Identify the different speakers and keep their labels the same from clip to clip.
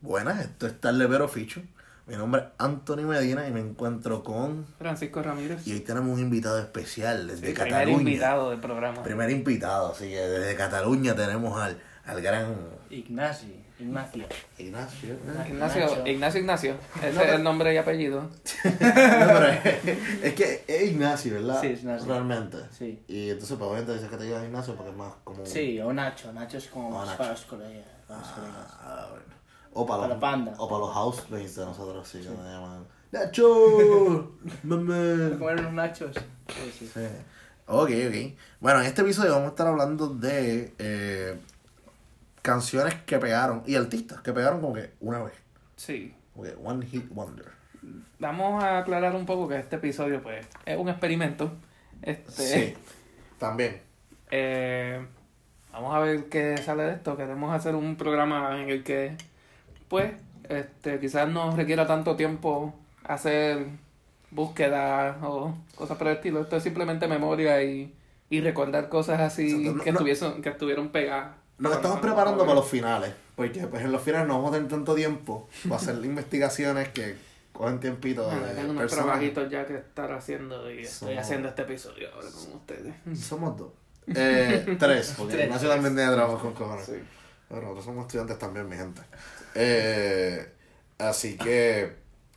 Speaker 1: Buenas, esto es Tarde Pero Ficho. Mi nombre es Anthony Medina y me encuentro con.
Speaker 2: Francisco Ramírez.
Speaker 1: Y hoy tenemos un invitado especial
Speaker 2: Sí,
Speaker 1: desde
Speaker 2: primer
Speaker 1: Cataluña.
Speaker 2: invitado del programa.
Speaker 1: Primer invitado, así que desde Cataluña tenemos al, al gran
Speaker 3: Ignacio, Ignacio.
Speaker 1: Ignacio. ¿eh?
Speaker 2: Ignacio,
Speaker 3: Ignacio.
Speaker 2: Ignacio Ignacio. Ese
Speaker 1: No,
Speaker 2: es
Speaker 1: pero-
Speaker 2: el nombre y apellido.
Speaker 1: No, pero es, es que es Ignacio, ¿verdad?
Speaker 3: Sí, es Ignacio.
Speaker 1: Realmente.
Speaker 3: Sí.
Speaker 1: Y entonces, pues obviamente dices que te llamas Ignacio porque es más como.
Speaker 3: Sí, o Nacho. Nacho es como
Speaker 1: O
Speaker 3: más
Speaker 1: Ah, Nacho.
Speaker 3: para los colegas. para los colegas.
Speaker 1: Ah, bueno. O para,
Speaker 3: Para
Speaker 1: los
Speaker 3: Panda.
Speaker 1: O para los housemates de nosotros, sí, que nos llaman. ¡Nacho! ¡Mamá!
Speaker 3: comer unos nachos? Sí, sí.
Speaker 1: Sí. Ok, ok. Bueno, en este episodio vamos a estar hablando de eh, canciones que pegaron y artistas que pegaron como que una vez.
Speaker 2: Sí.
Speaker 1: Como que One Hit Wonder.
Speaker 2: Vamos a aclarar un poco que este episodio, pues, es un experimento. Este,
Speaker 1: También.
Speaker 2: eh, vamos a ver qué sale de esto. Queremos hacer un programa en el que, pues, este, quizás no requiera tanto tiempo hacer búsquedas o cosas por el estilo. Esto es simplemente memoria y, y recordar cosas así
Speaker 1: Exacto, no-
Speaker 2: que,
Speaker 1: no-
Speaker 2: estuviesen- que estuvieron pegadas.
Speaker 1: Nos estamos preparando para los finales. Porque pues en los finales no vamos a tener tanto tiempo para hacer investigaciones que cogen tiempito
Speaker 2: Bueno,
Speaker 1: de
Speaker 2: Ah, tengo unos
Speaker 1: personas.
Speaker 2: trabajitos ya que estar haciendo y estoy
Speaker 1: Somos-
Speaker 2: haciendo este episodio ahora con ustedes.
Speaker 1: Somos dos. Eh, tres, porque
Speaker 3: Tres,
Speaker 1: Ignacio
Speaker 3: tres.
Speaker 1: también tiene trabajo con cojones.
Speaker 2: Sí.
Speaker 1: Bueno, nosotros somos estudiantes también, mi gente. Eh, así que,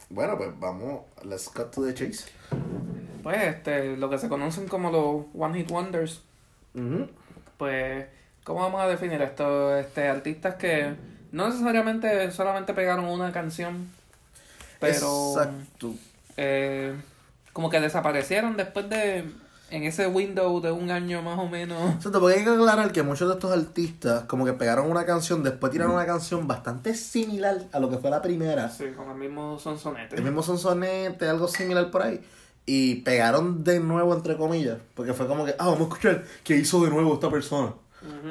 Speaker 1: bueno, pues vamos, let's cut to the chase.
Speaker 2: Pues este, lo que se conocen como los One Hit Wonders, pues, ¿cómo vamos a definir esto? Este, artistas que no necesariamente solamente pegaron una canción, pero
Speaker 1: Exacto.
Speaker 2: eh, como que desaparecieron después de, en ese window de un año más o menos.
Speaker 1: Exacto, porque hay que aclarar que muchos de estos artistas como que pegaron una canción, después tiraron una canción bastante similar a lo que fue la primera.
Speaker 2: Sí, con el mismo sonsonete.
Speaker 1: El mismo sonsonete, algo similar por ahí. Y pegaron de nuevo, entre comillas. Porque fue como que, ah, vamos a escuchar qué hizo de nuevo esta persona.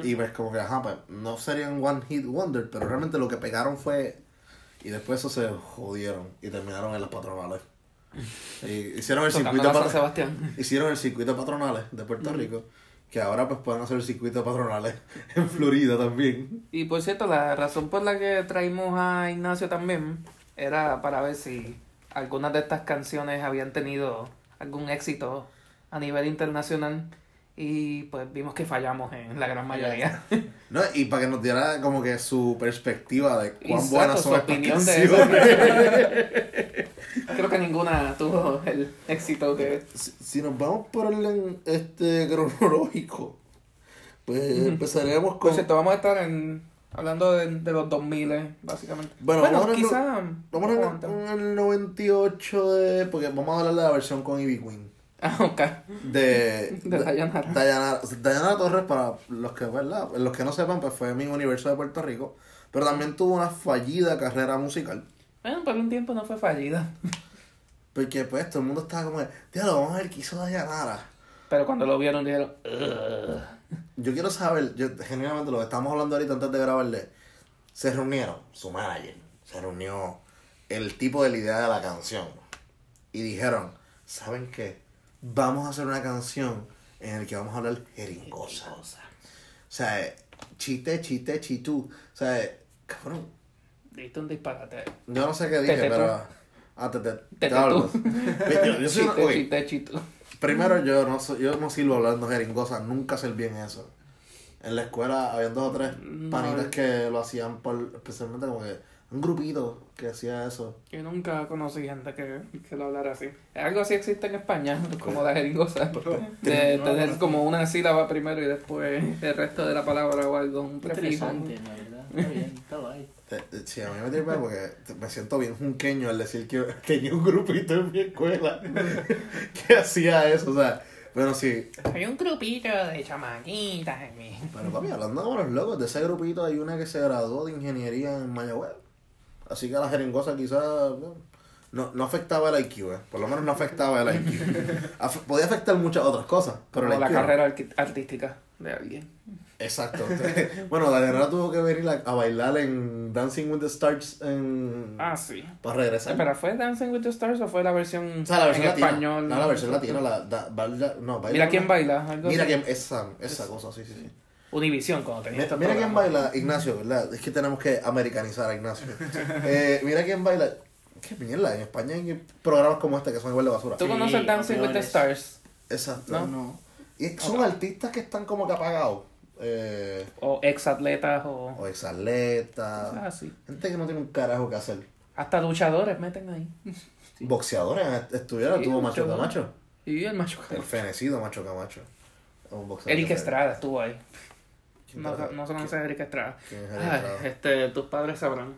Speaker 1: Y pues como que, ajá, pues no serían One Hit Wonder, pero realmente lo que pegaron fue... Y después eso se jodieron y terminaron en las patronales. Y hicieron el
Speaker 2: Tocando
Speaker 1: circuito
Speaker 2: la San
Speaker 1: patronales.
Speaker 2: Sebastián.
Speaker 1: Hicieron el circuito patronales de Puerto Rico. Que ahora pues pueden hacer el circuito patronales en Florida también.
Speaker 2: Y por cierto, la razón por la que traímos a Ignacio también era para ver si algunas de estas canciones habían tenido algún éxito a nivel internacional y pues vimos que fallamos en la gran mayoría.
Speaker 1: No, y para que nos diera como que su perspectiva de cuán
Speaker 2: Exacto,
Speaker 1: buenas
Speaker 2: su
Speaker 1: son estas
Speaker 2: opinión de
Speaker 1: canciones.
Speaker 2: Creo que ninguna tuvo el éxito que...
Speaker 1: si, si nos vamos por el en- este cronológico, pues empezaremos
Speaker 2: Por
Speaker 1: con.
Speaker 2: cierto, vamos a estar en, hablando de, de los 2000, básicamente.
Speaker 1: Bueno,
Speaker 2: Bueno,
Speaker 1: vamos a
Speaker 2: quizá...
Speaker 1: Vamos a hablar
Speaker 2: aguanta.
Speaker 1: con el 98 de. Porque vamos a hablar de la versión con Ivy Queen.
Speaker 2: Ah, ok.
Speaker 1: De.
Speaker 2: De Dayanara.
Speaker 1: Dayanara, Dayanara Torres, para los que, ¿verdad? los que no sepan, pues fue mi universo de Puerto Rico. Pero también tuvo una fallida carrera musical.
Speaker 2: Bueno, por un tiempo no fue fallida.
Speaker 1: Porque pues todo el mundo estaba como, diablo, vamos a ver qué hizo Dayanara.
Speaker 2: Pero cuando lo vieron dijeron... "Ugh".
Speaker 1: Yo quiero saber, yo, genuinamente lo que estamos hablando ahorita antes de grabarle, se reunieron, su manager, se reunió el tipo de la idea de la canción y dijeron, ¿saben qué? Vamos a hacer una canción en la que vamos a hablar jeringosa. O sea, eh, chiste, chiste, chitú. O sea, eh, cabrón,
Speaker 2: Diste un disparate.
Speaker 1: yo no sé qué dije,
Speaker 2: Tete tú.
Speaker 1: pero... Ah, te, te,
Speaker 2: Tete
Speaker 1: diablos.
Speaker 2: tú.
Speaker 1: Yo, yo soy una-
Speaker 2: Chiste,
Speaker 1: ok,
Speaker 2: chiste, chiste.
Speaker 1: Primero, yo no, soy- yo no sirvo hablando jeringosa, nunca serví en eso. En la escuela había dos o tres
Speaker 2: No.
Speaker 1: panitas que lo hacían, por, especialmente como que un grupito que hacía eso.
Speaker 2: Yo nunca conocí gente que, que lo hablara así. Algo así existe en España, como la jeringosa. De tener como una sílaba primero y después el resto de la palabra o algo, un prefijo.
Speaker 3: Interesante, la verdad. Está bien, está guay.
Speaker 1: Eh, eh, Sí, a mí me tripa porque te- me siento bien junqueño al decir que tenía un grupito en mi escuela que hacía eso, o sea, bueno, sí.
Speaker 2: Hay un grupito de chamaquitas en mí.
Speaker 1: Pero papi, hablando con los locos, de ese grupito hay una que se graduó de ingeniería en Mayagüez. Así que la jeringosa quizás no, no, no afectaba el IQ, ¿eh? por lo menos no afectaba el IQ. Af- podía afectar muchas otras cosas, pero el
Speaker 2: Como la
Speaker 1: IQ.
Speaker 2: carrera arqui- artística de alguien.
Speaker 1: Exacto. bueno, la guerrera tuvo que venir a, a bailar en Dancing with the Stars en...
Speaker 2: Ah, sí.
Speaker 1: para regresar.
Speaker 2: ¿Pero fue Dancing with the Stars o fue la versión,
Speaker 1: o sea, la versión
Speaker 2: en
Speaker 1: latina.
Speaker 2: español?
Speaker 1: No, la versión latina. La, da- baila- no, baila
Speaker 2: Mira quién
Speaker 1: una-
Speaker 2: baila. algo
Speaker 1: Mira
Speaker 2: así.
Speaker 1: quién... Esa, esa cosa, sí, sí, sí.
Speaker 2: Univision cuando tenía
Speaker 1: Mira,
Speaker 2: estos
Speaker 1: mira quién
Speaker 2: programas.
Speaker 1: baila, Ignacio, ¿verdad? Es que tenemos que americanizar a Ignacio. Eh, mira quién baila. Qué mierda, en España hay programas como este que son igual de basura.
Speaker 2: ¿Tú
Speaker 3: Sí,
Speaker 2: conoces Dancing with the
Speaker 3: opiniones.
Speaker 2: Stars?
Speaker 1: Exacto.
Speaker 2: No.
Speaker 3: No.
Speaker 1: Y son artistas que están como que apagados. Eh,
Speaker 2: O ex atletas o.
Speaker 1: o exatletas.
Speaker 2: Ah, sí.
Speaker 1: Gente que no tiene un carajo que hacer.
Speaker 2: Hasta luchadores meten ahí.
Speaker 1: Boxeadores est- estuvieron,
Speaker 2: Sí,
Speaker 1: tuvo Macho
Speaker 2: luchadores.
Speaker 1: Camacho.
Speaker 2: Y el macho.
Speaker 1: El fenecido Macho Camacho. Un boxeador
Speaker 2: Eric
Speaker 1: que-
Speaker 2: Estrada estuvo ahí.
Speaker 1: ¿Quién
Speaker 2: No,
Speaker 1: era?
Speaker 2: no se conoce a Eric Estrada.
Speaker 1: ¿Quién es Eric
Speaker 2: Ay,
Speaker 1: Estrada?
Speaker 2: este, tus padres sabrán.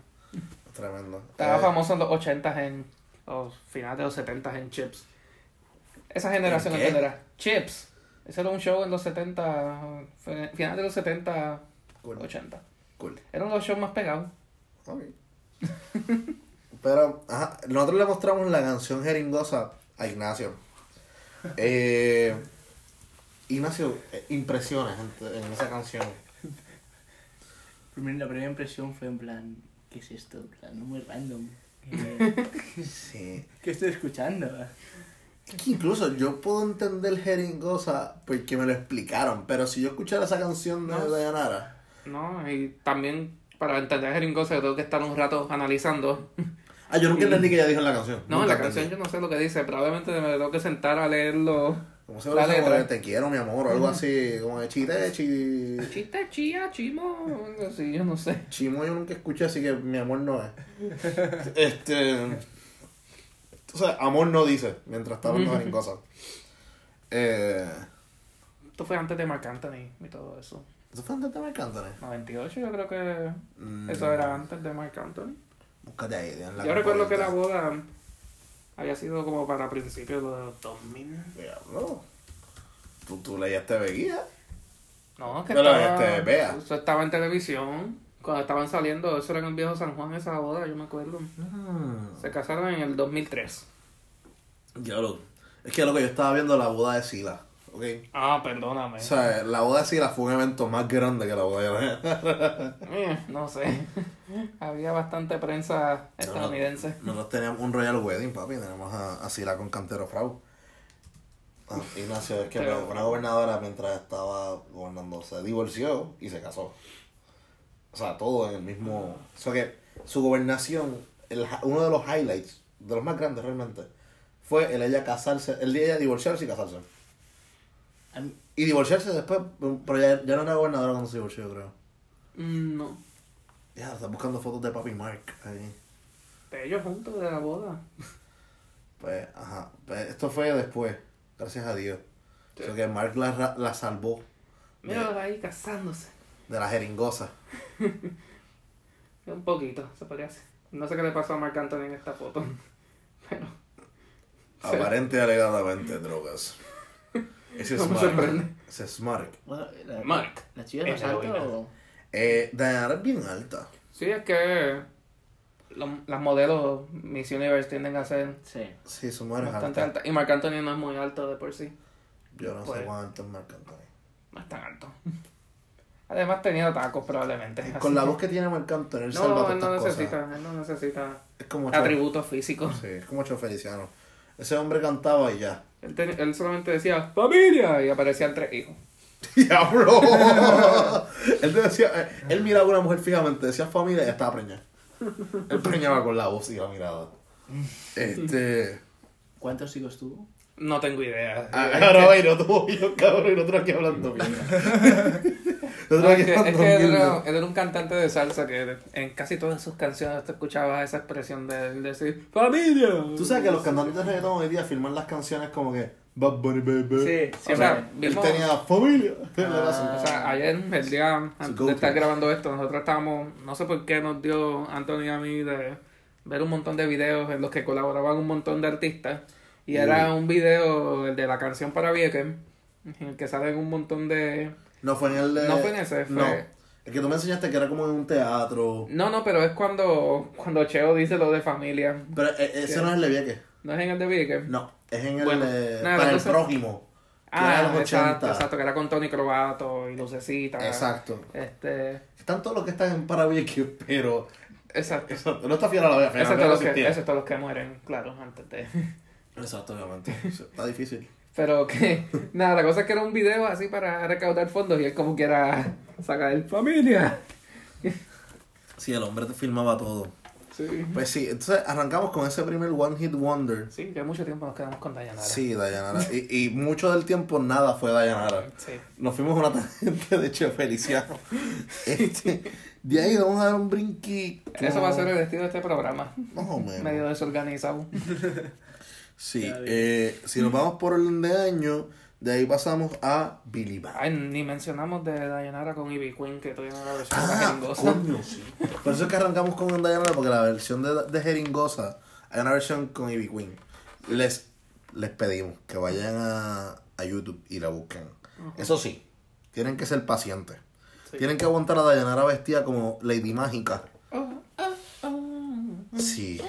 Speaker 1: Tremendo.
Speaker 2: Estaba
Speaker 1: Eh,
Speaker 2: famoso en los 80 en. o finales de los 70 en Chips. Esa generación
Speaker 1: ¿En qué?
Speaker 2: entenderá. Chips. Ese era un show en los 70. fin- Finales de los 70,
Speaker 1: Cool.
Speaker 2: 80.
Speaker 1: cool.
Speaker 2: Era uno de los shows más pegados.
Speaker 1: Ok. Pero, ajá, nosotros le mostramos la canción jeringosa a Ignacio. Eh, Ignacio, eh, impresiones en, en esa canción.
Speaker 3: Primero, la primera impresión fue en plan, ¿qué es esto? En plan, muy random. ¿Qué,
Speaker 1: Sí.
Speaker 3: qué estoy escuchando?
Speaker 1: Es que incluso yo puedo entender jeringosa porque me lo explicaron, pero si yo escuchara esa canción de
Speaker 2: No.
Speaker 1: Dayanara,
Speaker 2: No, y también para entender Jeringosa yo tengo que estar un rato analizando.
Speaker 1: ah, yo nunca entendí que ella dijo en la canción.
Speaker 2: No, en
Speaker 1: Nunca
Speaker 2: la canción
Speaker 1: entendí.
Speaker 2: yo no sé lo que dice, probablemente me tengo que sentar a leerlo.
Speaker 1: Como se
Speaker 2: la
Speaker 1: llama? Como
Speaker 2: letra.
Speaker 1: de te quiero, mi amor, o algo así, como de chite, chi...
Speaker 2: Chiste, chía, chimo, algo así, yo no sé.
Speaker 1: Chimo yo nunca escuché, así que mi amor no es. Este. O sea, amor no dice mientras está hablando de cosas. Eh.
Speaker 2: Esto fue antes de Marc Anthony y todo eso.
Speaker 1: ¿Eso fue antes de Marc Anthony?
Speaker 2: 98 yo creo que
Speaker 1: Mm,
Speaker 2: eso era antes de Marc Anthony.
Speaker 1: Búscate ahí, en la
Speaker 2: Yo recuerdo que la
Speaker 1: componente.
Speaker 2: boda había sido como para principios de los 2000.
Speaker 1: Diablo. Tú, tú leíaste veía.
Speaker 2: No, que
Speaker 1: Pero,
Speaker 2: estaba,
Speaker 1: este, vea.
Speaker 2: eso estaba en televisión. Cuando estaban saliendo, eso era en el viejo San Juan, esa boda, yo me acuerdo.
Speaker 1: Ah.
Speaker 2: Se casaron en el 2003.
Speaker 1: Diablo. Es que lo que yo estaba viendo la boda de Sila. ¿Ok?
Speaker 2: Ah, perdóname.
Speaker 1: O sea, la boda de Sila fue un evento más grande que la boda de
Speaker 2: Eh, no sé. Había bastante prensa estadounidense.
Speaker 1: Nosotros teníamos un Royal Wedding, papi. Tenemos a, a Sila con Cantero Frau. Ah, Ignacio, es que
Speaker 2: Pero-
Speaker 1: una gobernadora mientras estaba gobernando se divorció y se casó. O sea, todo en el mismo... O sea que su gobernación, el hi- uno de los highlights, de los más grandes realmente, fue el ella casarse, el día de ella divorciarse y casarse.
Speaker 3: A mí-
Speaker 1: Y divorciarse después, pero ya, ya no era gobernadora cuando se divorció, yo creo.
Speaker 2: Mm, No.
Speaker 1: Ya, está buscando fotos de papi Mark ahí.
Speaker 2: De ellos juntos de la boda.
Speaker 1: Pues, ajá. Pues, esto fue después, gracias a Dios. O sea que Mark la, ra- la salvó
Speaker 2: Mira ahí casándose.
Speaker 1: de la jeringosa.
Speaker 2: Un poquito, se parece. No sé qué le pasó a Marc Anthony en esta foto. Pero Sí.
Speaker 1: Aparente y alegadamente drogas. Ese es
Speaker 2: No me
Speaker 1: Mark.
Speaker 2: sorprende.
Speaker 1: Ese es Mark.
Speaker 3: Bueno, la,
Speaker 2: Mark,
Speaker 3: ¿La chica es
Speaker 2: es
Speaker 3: más alta
Speaker 2: heroína.
Speaker 3: o...?
Speaker 1: Eh, Dayanara es bien alta.
Speaker 2: sí es que lo- las modelos Miss Universe tienden a ser
Speaker 3: Sí.
Speaker 1: Sí, su madre es
Speaker 2: bastante
Speaker 1: alta.
Speaker 2: altas. Y Marc Anthony no es muy alto de por sí.
Speaker 1: Yo no sé
Speaker 2: Pues.
Speaker 1: cuánto es Mark Anthony.
Speaker 2: No es tan alto. Además tenía tacos probablemente. así
Speaker 1: Con la
Speaker 2: que-
Speaker 1: voz que tiene Mark Anthony, él salva
Speaker 2: No,
Speaker 1: todas
Speaker 2: él no
Speaker 1: estas cosas.
Speaker 2: necesita, él no necesita
Speaker 1: Es como Cho-
Speaker 2: atributos físicos.
Speaker 1: Sí, es como Cho Feliciano. Ese hombre cantaba y ya.
Speaker 2: Él, ten- él solamente decía ¡Familia! y aparecían tres hijos.
Speaker 1: ¡Diablo! él decía, eh, él miraba a una mujer fijamente, decía familia y ya estaba preñada. Él preñaba con la voz y la mirada. Este.
Speaker 3: ¿Cuántos hijos tuvo?
Speaker 2: No tengo idea.
Speaker 1: Ahora va y no tuvo yo, cabrón, y nosotros aquí hablando mierda.
Speaker 2: No,
Speaker 1: Nosotros
Speaker 2: es
Speaker 1: aquí
Speaker 2: que, es
Speaker 1: hablando
Speaker 2: que él,
Speaker 1: mierda.
Speaker 2: era, él era un cantante de salsa que en casi todas sus canciones te escuchabas esa expresión de él decir ¡Familia!
Speaker 1: Tú sabes que los cantantes de reggaetón hoy día firman las canciones como que Bad Bunny Baby.
Speaker 2: Sí, o sea,
Speaker 1: Él
Speaker 2: vimos-
Speaker 1: tenía familia. Le
Speaker 3: Ah.
Speaker 1: da su-
Speaker 2: O sea, ayer, el día antes
Speaker 1: go-to.
Speaker 2: de estar grabando esto, nosotros estábamos, no sé por qué nos dio Anthony y a mí de ver un montón de videos en los que colaboraban un montón de artistas. Y era un video, el de la canción para Vieques, en el que salen un montón de...
Speaker 1: No fue en el de-
Speaker 2: No fue en ese, fue-
Speaker 1: No. El que tú me enseñaste que era como en un teatro.
Speaker 2: No, no, pero es cuando, cuando Cheo dice lo de familia.
Speaker 1: Pero eh, ese
Speaker 2: Mm. ¿Qué?
Speaker 1: no es el de Vieques.
Speaker 2: ¿No es en el de Vieques?
Speaker 1: No, es en el
Speaker 2: Bueno,
Speaker 1: de-
Speaker 2: nada,
Speaker 1: para el
Speaker 2: entonces-
Speaker 1: prójimo. que era
Speaker 2: Ah,
Speaker 1: los
Speaker 2: exacto,
Speaker 1: 80.
Speaker 2: exacto, que era con Tony Croato y Lucecita.
Speaker 1: Exacto.
Speaker 2: Este,
Speaker 1: Están todos los que están en Paravieques, pero
Speaker 2: exacto.
Speaker 1: exacto, no está fiel a la vida.
Speaker 2: Excepto los, que, excepto los que mueren, claro, antes de...
Speaker 1: Exacto, obviamente. Está difícil.
Speaker 2: Pero que, nada, la cosa es que era un video así para recaudar fondos y él como que era sacar el familia.
Speaker 1: Sí, el hombre te filmaba todo.
Speaker 2: Sí.
Speaker 1: Pues sí, entonces arrancamos con ese primer One Hit Wonder.
Speaker 2: Sí, que mucho tiempo nos quedamos con Dayanara.
Speaker 1: Sí, Dayanara. Y, y mucho del tiempo nada fue Dayanara.
Speaker 2: Sí.
Speaker 1: Nos fuimos a una tangente de Che Feliciano. Este, de ahí vamos a dar un brinquito.
Speaker 2: Eso va a ser el estilo de este programa.
Speaker 1: Más o menos.
Speaker 2: Medio desorganizado.
Speaker 1: Sí,
Speaker 3: Ya vi.
Speaker 1: eh, si nos vamos por orden de año, de ahí pasamos a Billy Bang.
Speaker 2: Ay, ni mencionamos de Dayanara con Ivy Queen, que todavía no la versión de la
Speaker 1: Ah,
Speaker 2: jeringosa.
Speaker 1: coño, sí. Por eso es que arrancamos con Dayanara, porque la versión de, de Jeringosa, hay una versión con Ivy Queen. Les, les pedimos que vayan a, a YouTube y la busquen. Eso sí, tienen que ser pacientes.
Speaker 2: Sí.
Speaker 1: Tienen que aguantar a Dayanara vestida como Lady Mágica.
Speaker 2: Oh, oh, oh.
Speaker 1: Sí.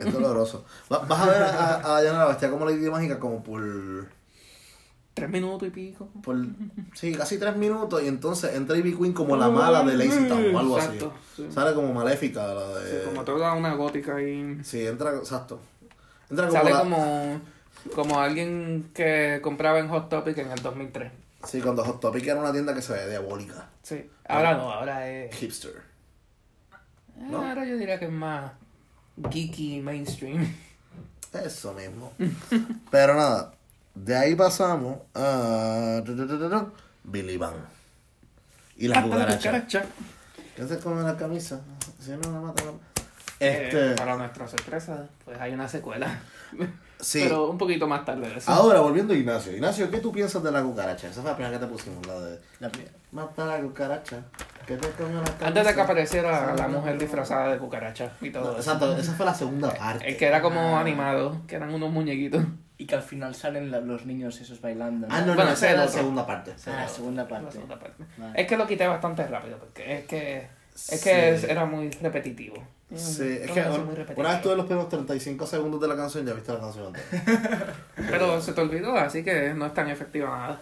Speaker 1: Es doloroso. Va- vas a ver a, a- a Dayanara vestida como Lady Mágica como por...
Speaker 2: Tres minutos y pico.
Speaker 1: por sí, casi tres minutos y entonces entra Ivy Queen como la mala de Lazy Town o algo
Speaker 2: Exacto,
Speaker 1: así.
Speaker 2: sí.
Speaker 1: Sale como maléfica la
Speaker 2: Sí,
Speaker 1: de... Sí,
Speaker 2: como toda una gótica y
Speaker 1: entra, exacto. Entra como,
Speaker 2: sale
Speaker 1: la-
Speaker 2: como como alguien que compraba en Hot Topic en el 2003.
Speaker 1: Sí, cuando Hot Topic era una tienda que se ve diabólica.
Speaker 2: Sí. Ahora no, ahora es
Speaker 1: Hipster. Ah. ¿No?
Speaker 2: ahora yo diría que es más geeky mainstream.
Speaker 1: Eso mismo. Pero nada, de ahí pasamos a... tu, tu, tu, tu, tu, Billy Van. Y la cucaracha.
Speaker 2: Cucaracha.
Speaker 1: ¿Qué haces con la camisa? Si no, no mata. no.
Speaker 2: Eh,
Speaker 1: Este...
Speaker 2: para nuestra sorpresa, pues hay una secuela.
Speaker 1: Sí.
Speaker 2: Pero un poquito más tarde de eso.
Speaker 1: Ahora, volviendo a Ignacio. Ignacio, ¿qué tú piensas de la cucaracha? Esa fue la primera que te pusimos, la de...
Speaker 3: La primera.
Speaker 1: Mata la cucaracha. Que te comió la camisa.
Speaker 2: Antes de que apareciera la mujer disfrazada de cucaracha y todo
Speaker 1: No,
Speaker 2: eso.
Speaker 1: exacto, esa fue la segunda parte. Ah.
Speaker 2: El que era como animado, que eran unos muñequitos.
Speaker 3: Y que al final salen la- los niños esos bailando.
Speaker 1: Ah, no, no,
Speaker 2: Bueno,
Speaker 1: esa era la
Speaker 2: ese-
Speaker 1: segunda parte. esa era
Speaker 3: Ah,
Speaker 1: la-
Speaker 3: segunda parte.
Speaker 2: La segunda parte.
Speaker 3: Vale.
Speaker 2: Es que lo quité bastante rápido, porque es que, es
Speaker 1: Sí.
Speaker 2: que es- era muy repetitivo.
Speaker 3: Mm,
Speaker 1: Sí, es
Speaker 2: Todo
Speaker 1: que
Speaker 2: eso
Speaker 1: una-
Speaker 2: muy
Speaker 1: una vez
Speaker 2: repetitivo.
Speaker 1: tuve los primeros 35 segundos de la canción, ya viste la canción antes.
Speaker 2: Pero se te olvidó, así que no es tan efectiva nada.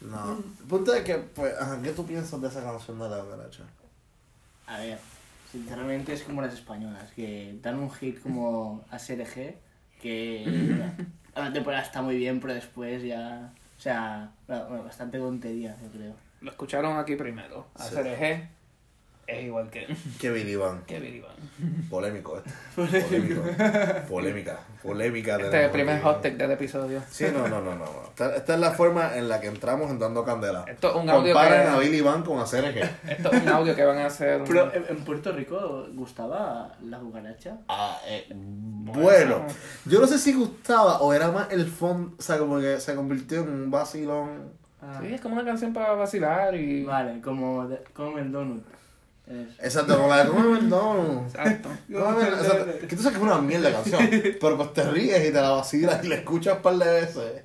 Speaker 1: No. El punto es que, pues, ajá, ¿qué tú piensas de esa canción de la cucaracha?
Speaker 3: A ver, sinceramente es como las españolas, que dan un hit como a SRG, que la- la temporada está muy bien, pero después ya... O sea, bueno, bueno, bastante tontería, yo creo.
Speaker 2: Lo escucharon aquí primero. A
Speaker 1: Sí.
Speaker 2: CRG es igual que,
Speaker 1: Que Billy Van.
Speaker 2: que Billy Van.
Speaker 1: Polémico, este. Polémico. Polémica. Polémica. de
Speaker 2: Este es
Speaker 1: la
Speaker 2: el primer
Speaker 1: mujer.
Speaker 2: hot take del episodio.
Speaker 1: Sí, no, no, no, no. no. Esta, esta es la forma en la que entramos en Dando Candela.
Speaker 2: Esto es un audio
Speaker 1: Comparen a
Speaker 2: que,
Speaker 1: Billy Van con a Sergio.
Speaker 2: esto es un audio que van a hacer.
Speaker 3: Pero eh, en, en Puerto Rico gustaba la cucaracha.
Speaker 1: Ah, eh, bueno, yo no sé si gustaba o era más el fondo, o sea, como que se convirtió en un vacilón.
Speaker 2: Sí, es como una canción para vacilar y.
Speaker 3: Vale, como, de- como el donut. Es-
Speaker 1: Exacto, como la de Come el Donut.
Speaker 2: Exacto.
Speaker 1: Come el- exacto, Que tú sabes que es una mierda de canción, pero pues te ríes y te la vacilas y la escuchas un par de veces.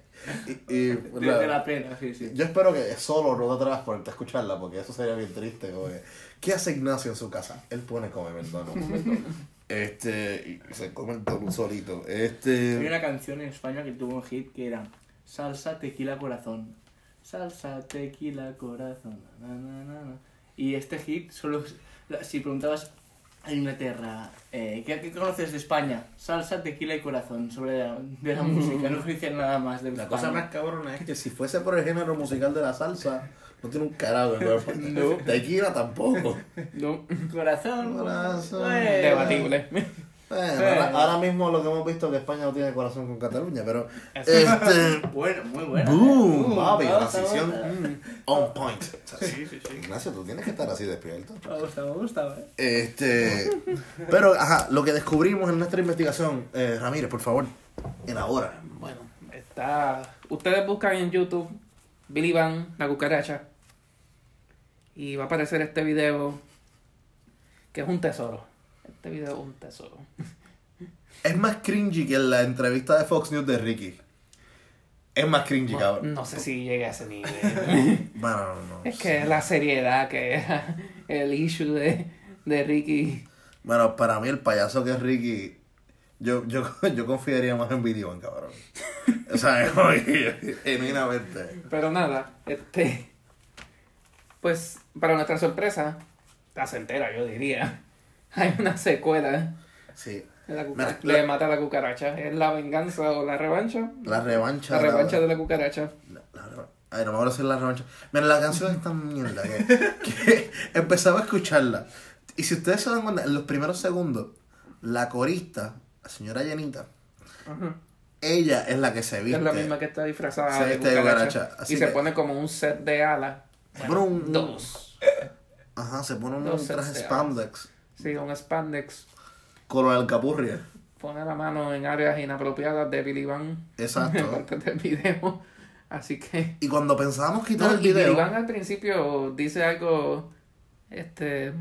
Speaker 1: Y, y, pues,
Speaker 3: de-
Speaker 1: la-
Speaker 3: de la pena, sí, sí.
Speaker 1: yo espero que solo no te atrevas por a escucharla, porque eso sería bien triste. Como que, ¿Qué hace Ignacio en su casa? Él pone Come el Donut. Este, y se come el donut solito. Este.
Speaker 3: Hay una canción en España que tuvo un hit que era Salsa, tequila, corazón. Salsa, tequila, corazón. na, na, na, na. Y este hit solo es- la- si preguntabas a Inglaterra, eh, ¿qué, qué conoces de España? Salsa, tequila y corazón sobre la, de la música. No dicen nada más de
Speaker 1: Mm. La cosa
Speaker 3: España.
Speaker 1: más cabrona es que si fuese por el género musical de la salsa, no tiene un carajo. No. Tequila tampoco.
Speaker 2: No,
Speaker 3: Corazón.
Speaker 1: Corazón.
Speaker 3: bueno.
Speaker 2: debatible.
Speaker 1: Bueno,
Speaker 3: Sí.
Speaker 1: ahora, ahora mismo lo que hemos visto es que España no tiene corazón con Cataluña, pero... Este...
Speaker 3: Bueno, muy ¿eh? bueno.
Speaker 1: ¡Boom! Papi, la sesión on point. O sea,
Speaker 2: sí,
Speaker 1: Ignacio, tú tienes que estar así despierto.
Speaker 3: Me gusta, me gusta, eh.
Speaker 1: Este... Pero, ajá, lo que descubrimos en nuestra investigación, eh, Ramírez, por favor, elabora.
Speaker 2: Bueno, está. Ustedes buscan en YouTube Billy Van, la cucaracha. Y va a aparecer este video. Que es un tesoro. Este video es un tesoro.
Speaker 1: Es más cringy que la entrevista de Fox News de Ricky. Es más cringy,
Speaker 2: No,
Speaker 1: cabrón.
Speaker 2: no sé si llegue a ese nivel.
Speaker 1: Bueno, no, no.
Speaker 2: es que la seriedad que era el issue de, de Ricky.
Speaker 1: Bueno, para mí el payaso que es Ricky, yo, yo, yo confiaría más en Billy Van, cabrón. O sea, como que- genuinamente.
Speaker 2: Pero nada, este. Pues, para nuestra sorpresa, la se entera, yo diría. Hay una secuela.
Speaker 1: Sí.
Speaker 2: La cuca-
Speaker 1: Mira,
Speaker 2: le
Speaker 1: la-
Speaker 2: mata a la cucaracha. ¿Es la venganza o la revancha?
Speaker 1: La revancha.
Speaker 2: La revancha de la cucaracha.
Speaker 1: La, la reba- Ay, no me acuerdo si es la revancha. Mira, la canción es tan mierda que, que empezaba a escucharla. Y si ustedes se dan cuenta, en los primeros segundos, la corista, la señora Janita,
Speaker 2: Ajá.
Speaker 1: ella es la que se viste.
Speaker 2: Es la misma que está disfrazada
Speaker 1: Sí,
Speaker 2: de
Speaker 1: está de
Speaker 2: cucaracha.
Speaker 1: cucaracha, así
Speaker 2: Y se
Speaker 1: que-
Speaker 2: pone como un set de alas.
Speaker 1: Se pone un-
Speaker 2: dos.
Speaker 1: Ajá, se pone un
Speaker 2: Dos
Speaker 1: traje
Speaker 2: sets de
Speaker 1: spandex,
Speaker 2: Sí, un spandex.
Speaker 1: color alcapurria.
Speaker 2: Pone la mano en áreas inapropiadas de Billy Van. En
Speaker 1: Exacto.
Speaker 2: partes del video. Así que...
Speaker 1: y cuando pensábamos quitar
Speaker 2: No,
Speaker 1: el
Speaker 2: y
Speaker 1: video,
Speaker 2: Iván al principio dice algo, este,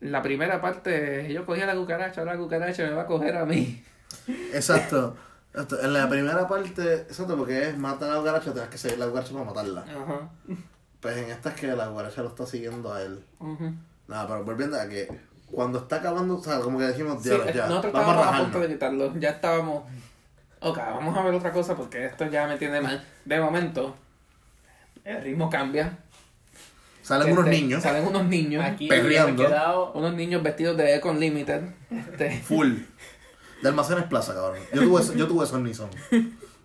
Speaker 2: la primera parte, yo cogí a la cucaracha, ahora la cucaracha me va a coger a mí.
Speaker 1: exacto. Exacto, En la primera parte, exacto, porque es mata a la cucaracha, tienes que seguir la cucaracha para matarla.
Speaker 2: Ajá.
Speaker 1: Pues en esta es que la cucaracha lo está siguiendo a él.
Speaker 2: ujú.
Speaker 1: Nada, pero volviendo a que cuando está acabando, o sea, como que dijimos,
Speaker 2: Sí,
Speaker 1: ya,
Speaker 2: eh,
Speaker 1: ya,
Speaker 2: nosotros
Speaker 1: vamos a
Speaker 2: estábamos a punto de
Speaker 1: rajarnos.
Speaker 2: quitarlo, ya estábamos, ok, vamos a ver otra cosa porque esto ya me tiene mal. De momento, el ritmo cambia.
Speaker 1: Salen
Speaker 2: Este,
Speaker 1: unos niños,
Speaker 2: Salen unos niños,
Speaker 3: Aquí
Speaker 1: Perreando.
Speaker 3: me he quedado
Speaker 2: unos niños vestidos de Econ Limited. Este,
Speaker 1: full. De almacenes plaza, cabrón. Yo tuve, eso- yo tuve esos Nissan.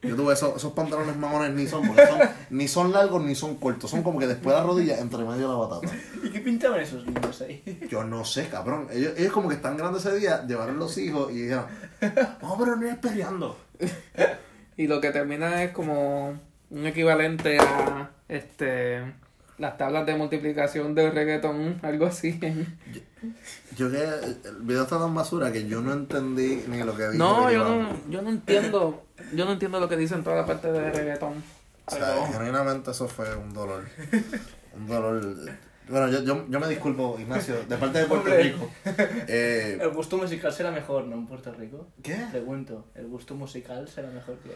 Speaker 1: Yo tuve esos, esos pantalones mamones Nissan, porque son, ni son largos ni son cortos. Son como que después de la rodilla, entre medio de la batata.
Speaker 3: ¿Y qué pintaban esos niños ahí?
Speaker 1: Yo no sé, cabrón. Ellos, ellos como que están grandes ese día, llevaron los hijos y dijeron, vamos pero no es perreando.
Speaker 2: Y lo que termina es como un equivalente a este las tablas de multiplicación del reggaeton, algo así.
Speaker 1: Yo que el video está tan basura que yo no entendí ni lo que dijo.
Speaker 2: No,
Speaker 1: Ricky
Speaker 2: yo
Speaker 1: Martin.
Speaker 2: no, yo no entiendo, yo no entiendo lo que dicen toda la parte de reggaeton.
Speaker 1: O sea, genuinamente eso fue un dolor. Un dolor. Bueno, yo, yo, yo me disculpo, Ignacio, de parte de Puerto
Speaker 3: Hombre.
Speaker 1: Rico. Eh,
Speaker 3: El gusto musical será mejor, ¿no? En Puerto Rico.
Speaker 1: ¿Qué?
Speaker 3: Pregunto, ¿el gusto musical será mejor que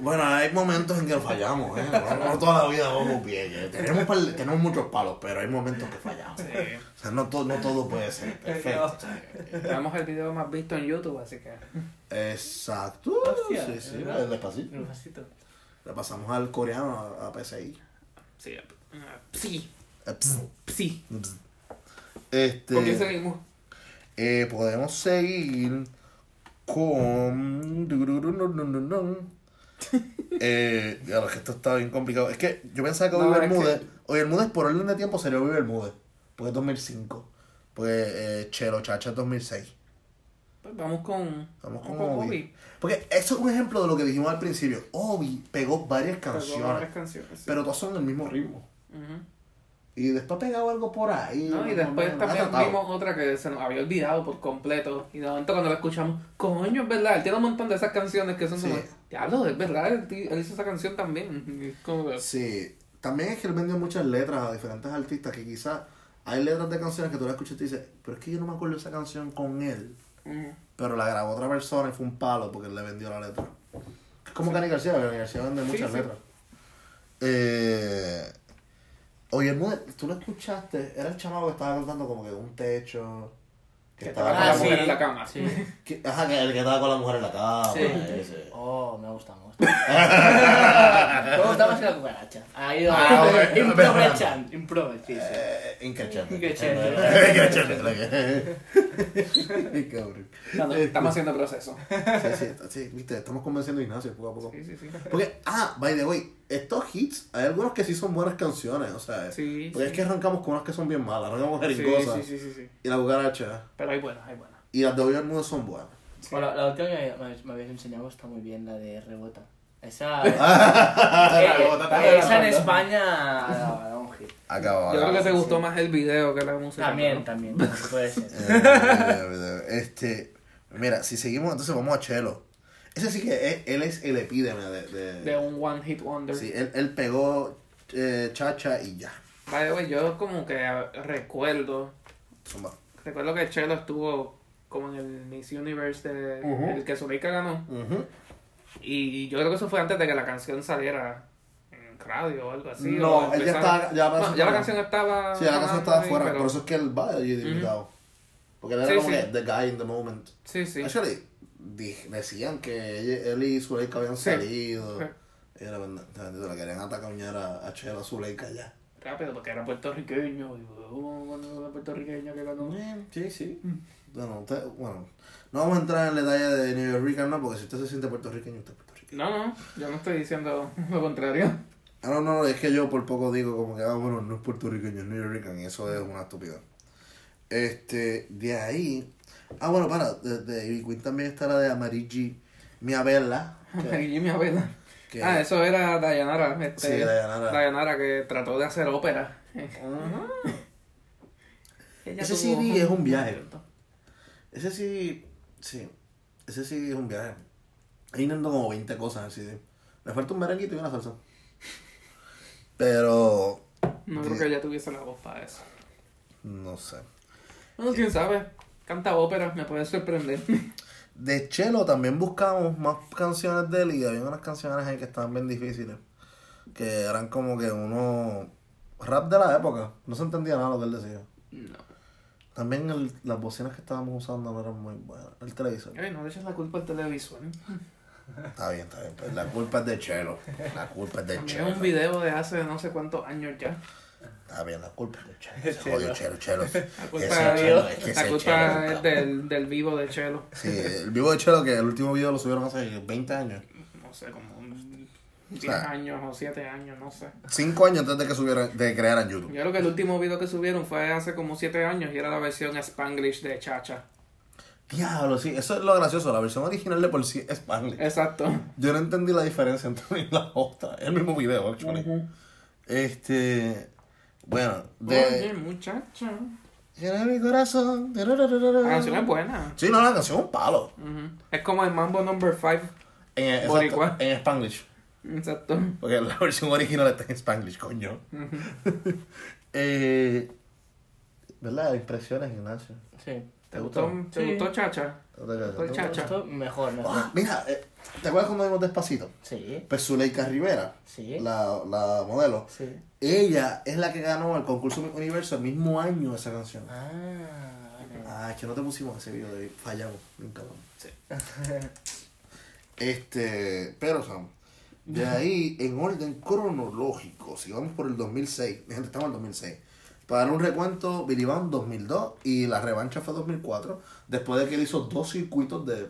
Speaker 1: Bueno, hay momentos en que fallamos, ¿eh? No, no toda la vida vamos bien. ¿eh? Tenemos, pal- tenemos muchos palos, pero hay momentos que fallamos. O sea, no, to- no todo puede ser perfecto.
Speaker 2: Tenemos el video más visto en YouTube, así que
Speaker 1: Exacto.
Speaker 3: Hostia,
Speaker 1: sí, sí,
Speaker 3: ¿verdad?
Speaker 1: el despacito.
Speaker 3: el vasito?
Speaker 1: Le pasamos al coreano, a, a PSI.
Speaker 2: sí, sí,
Speaker 1: Eh, ps,
Speaker 2: sí.
Speaker 1: ps.
Speaker 2: ¿Con quién
Speaker 1: Este,
Speaker 2: seguimos?
Speaker 1: eh, podemos seguir con... Eh, claro, que esto está bien complicado. Es que yo pensaba que
Speaker 2: No,
Speaker 1: hoy
Speaker 2: es
Speaker 1: Bermúdez... Hoy Bermúdez por orden de tiempo sería hoy Bermúdez. Porque es 2005. Porque eh, Chelo Chacha es 2006.
Speaker 2: Pues vamos con
Speaker 1: Vamos con Obi. Porque eso es un ejemplo de lo que dijimos al principio. Obi pegó varias
Speaker 2: Canciones.
Speaker 1: canciones.
Speaker 2: canciones. sí.
Speaker 1: Pero Mm, todas son del mismo ritmo.
Speaker 2: Ujú.
Speaker 1: Y después pegaba algo por ahí.
Speaker 2: No,
Speaker 1: más
Speaker 2: y
Speaker 1: o
Speaker 2: después
Speaker 1: menos.
Speaker 2: también
Speaker 1: Ha tratado.
Speaker 2: vimos otra que se nos había olvidado por completo. Y de momento cuando la escuchamos, coño, es verdad, él tiene un montón de esas canciones que son
Speaker 1: Sí.
Speaker 2: como, diablo, es verdad, él, ti- él hizo esa canción también. Y es como que-
Speaker 1: Sí, también es que él vendió muchas letras a diferentes artistas que quizás hay letras de canciones que tú la escuchas y te dices, pero es que yo no me acuerdo esa canción con él.
Speaker 2: Ujú.
Speaker 1: Pero la grabó otra persona y fue un palo porque él le vendió la letra. Es como Cani García, que Cani García vende
Speaker 2: Sí,
Speaker 1: muchas
Speaker 2: sí.
Speaker 1: letras. Eh, oye, Hermúdez, tú lo escuchaste, era el chamaco que estaba cantando como que de un techo. Que
Speaker 2: Que
Speaker 1: estaba con la
Speaker 2: estaba con la
Speaker 1: mujer.
Speaker 2: mujer en la cama.
Speaker 3: Sí.
Speaker 1: que- ajá, que el que estaba con la mujer en la cama.
Speaker 3: Sí.
Speaker 1: ese.
Speaker 3: Oh, me gusta, me gusta. me gusta más que la cucaracha. Ahí va.
Speaker 1: Ah, bueno,
Speaker 3: Improvechan, improve, sí, sí.
Speaker 1: Eh, increchando.
Speaker 3: Increchando.
Speaker 1: Qué cabrón. Este,
Speaker 2: No, no, estamos haciendo proceso.
Speaker 1: Sí, sí, sí, viste, estamos convenciendo a Ignacio poco a poco.
Speaker 2: Sí, sí, sí.
Speaker 1: Porque, ah, by the way, estos hits, hay algunos que sí son buenas canciones, o sea,
Speaker 2: Sí,
Speaker 1: porque
Speaker 2: sí.
Speaker 1: es que arrancamos con unas que son bien malas, arrancamos
Speaker 2: Sí,
Speaker 1: jeringosa
Speaker 2: sí, sí, sí, sí.
Speaker 1: y la cucaracha
Speaker 2: Pero hay buenas, hay buenas.
Speaker 1: y las de hoy al mundo son buenas.
Speaker 3: Bueno, la última que me, me habías enseñado está muy bien, la de rebota. Esa. eh,
Speaker 1: La bota está
Speaker 3: eh, esa en
Speaker 1: grabando.
Speaker 3: España. da- da un hit.
Speaker 1: Acaba.
Speaker 2: Yo creo que te
Speaker 1: acaba.
Speaker 2: gustó más el video que la música.
Speaker 3: También,
Speaker 2: ¿no?
Speaker 3: también. Puede ser.
Speaker 1: Eh, este, mira, si seguimos entonces vamos a Chelo. Ese sí que es- él es el epídeme de, de,
Speaker 2: De un One Hit Wonder.
Speaker 1: sí, él, él pegó eh, chacha y ya.
Speaker 2: By the way, yo como que ah, recuerdo
Speaker 1: Zumba.
Speaker 2: Recuerdo que Chelo estuvo como en el Miss Universe de
Speaker 1: Ujú.
Speaker 2: el que Zuleika ganó.
Speaker 1: Ujú.
Speaker 2: Y yo creo que eso fue antes de que la canción saliera en radio o algo así.
Speaker 1: No,
Speaker 2: o
Speaker 1: él ya
Speaker 2: empezara-
Speaker 1: estaba- ya la
Speaker 2: No,
Speaker 1: canción
Speaker 2: la
Speaker 1: estaba-
Speaker 2: canción estaba.
Speaker 1: Sí, la casa
Speaker 2: sonando
Speaker 1: estaba
Speaker 2: ahí,
Speaker 1: afuera,
Speaker 2: Ah, pero-
Speaker 1: por eso es que él va allí de invitado. Porque él era
Speaker 2: Sí,
Speaker 1: como
Speaker 2: sí.
Speaker 1: que the guy in the moment.
Speaker 2: Sí, sí.
Speaker 1: Actually, di- decían que ella- él y Zuleika habían
Speaker 2: Sí.
Speaker 1: salido.
Speaker 2: Sí.
Speaker 1: Ella la, vend- la, la querían atacar a, a Chelo, a Zuleika ya.
Speaker 2: rápido porque era puertorriqueño. Y, oh, bueno, era puertorriqueño que cuando...
Speaker 3: Sí, sí.
Speaker 2: mm.
Speaker 1: Bueno, usted- bueno, no vamos a entrar en el detalle de New York, no, porque si usted se siente puertorriqueño, usted es puertorriqueño.
Speaker 2: No, no, yo no estoy diciendo lo contrario.
Speaker 1: Ah, no, no, es que yo por poco digo como que, ah, bueno, no es puertorriqueño, es neoyorrican, y eso es una estupidez. Este, de ahí. Ah, bueno, para, de, de Ivy Queen también está la de Amarigi Miabella. Que,
Speaker 2: Jimmy Abela.
Speaker 1: que-
Speaker 2: Ah, eso era Dayanara. Este,
Speaker 1: Sí, Dayanara.
Speaker 2: Dayanara que trató de hacer ópera. Ella
Speaker 1: Ese
Speaker 2: tuvo-
Speaker 1: CD es un viaje. Ese sí, sí, ese sí es un viaje. Ahí intento como 20 cosas en el CD. Me falta un merenguito y una salsa. Pero,
Speaker 2: No creo que ella tuviese la voz para eso.
Speaker 1: no sé.
Speaker 2: Bueno, quién sabe. Canta ópera, me puede sorprender.
Speaker 1: De Chelo también buscamos más canciones de él y había unas canciones ahí que estaban bien difíciles. Que eran como que uno. rap de la época. No se entendía nada lo que él decía.
Speaker 2: No.
Speaker 1: También el- las bocinas que estábamos usando no eran muy buenas. El televisor.
Speaker 2: Ay, no le eches la culpa al televisor.
Speaker 1: Está bien, está bien. pues la culpa es de Chelo. La culpa es de
Speaker 2: También
Speaker 1: Chelo.
Speaker 2: es un video de hace no sé cuántos años ya.
Speaker 1: Está bien, la culpa es de Chelo. Se jodió Chelo, Chelo.
Speaker 2: La
Speaker 1: Ese
Speaker 2: culpa,
Speaker 1: Chelo, es que
Speaker 2: la
Speaker 1: ese
Speaker 2: culpa
Speaker 1: Chelo,
Speaker 2: es del, del vivo de Chelo.
Speaker 1: Sí, el vivo de Chelo que el último video lo subieron hace 20 años.
Speaker 2: No sé, como un- 10
Speaker 1: sea-
Speaker 2: años o 7 años, no sé.
Speaker 1: 5 años antes de que subieran, de que crearan YouTube.
Speaker 2: Yo creo que el último video que subieron fue hace como 7 años y era la versión Spanglish de Chacha.
Speaker 1: Diablo, sí, eso es lo gracioso. La versión original de por sí es Spanglish.
Speaker 2: Exacto.
Speaker 1: Yo no entendí la diferencia entre una y la otra. Es el mismo video, actually. Este. Bueno,
Speaker 2: Oye,
Speaker 1: de.
Speaker 2: muchacha.
Speaker 1: Llena mi corazón.
Speaker 2: La canción es buena.
Speaker 1: Sí, no, la canción es un palo.
Speaker 2: Ujú. Es como el Mambo Number 5.
Speaker 1: En, exacto,
Speaker 2: Boricua.
Speaker 1: en Spanglish.
Speaker 2: Exacto.
Speaker 1: Porque la versión original está en Spanglish, coño. Eh, ¿Verdad? Impresiones, Ignacio.
Speaker 3: Sí.
Speaker 2: ¿Te gustó, ¿te
Speaker 3: Sí.
Speaker 2: gustó Chacha?
Speaker 1: Otra
Speaker 2: Fue el
Speaker 1: cosa.
Speaker 2: chacha.
Speaker 3: Esto mejor, mejor.
Speaker 1: Ah, Mira, eh, ¿te acuerdas cuando vimos Despacito?
Speaker 3: Sí,
Speaker 1: Pues Zuleika Rivera,
Speaker 3: sí,
Speaker 1: la, la modelo,
Speaker 3: sí.
Speaker 1: Ella es la que ganó el concurso Miss Universo el mismo año esa canción.
Speaker 3: Ah, vale.
Speaker 1: Ah, es que no te pusimos ese video de fallamos, nunca vamos. Este, pero Sam, de ahí en orden cronológico, si vamos por el 2006, mi gente, estamos en el 2006. Para dar un recuento, Billy Van 2002 y la revancha fue 2004, después de que él hizo dos circuitos de,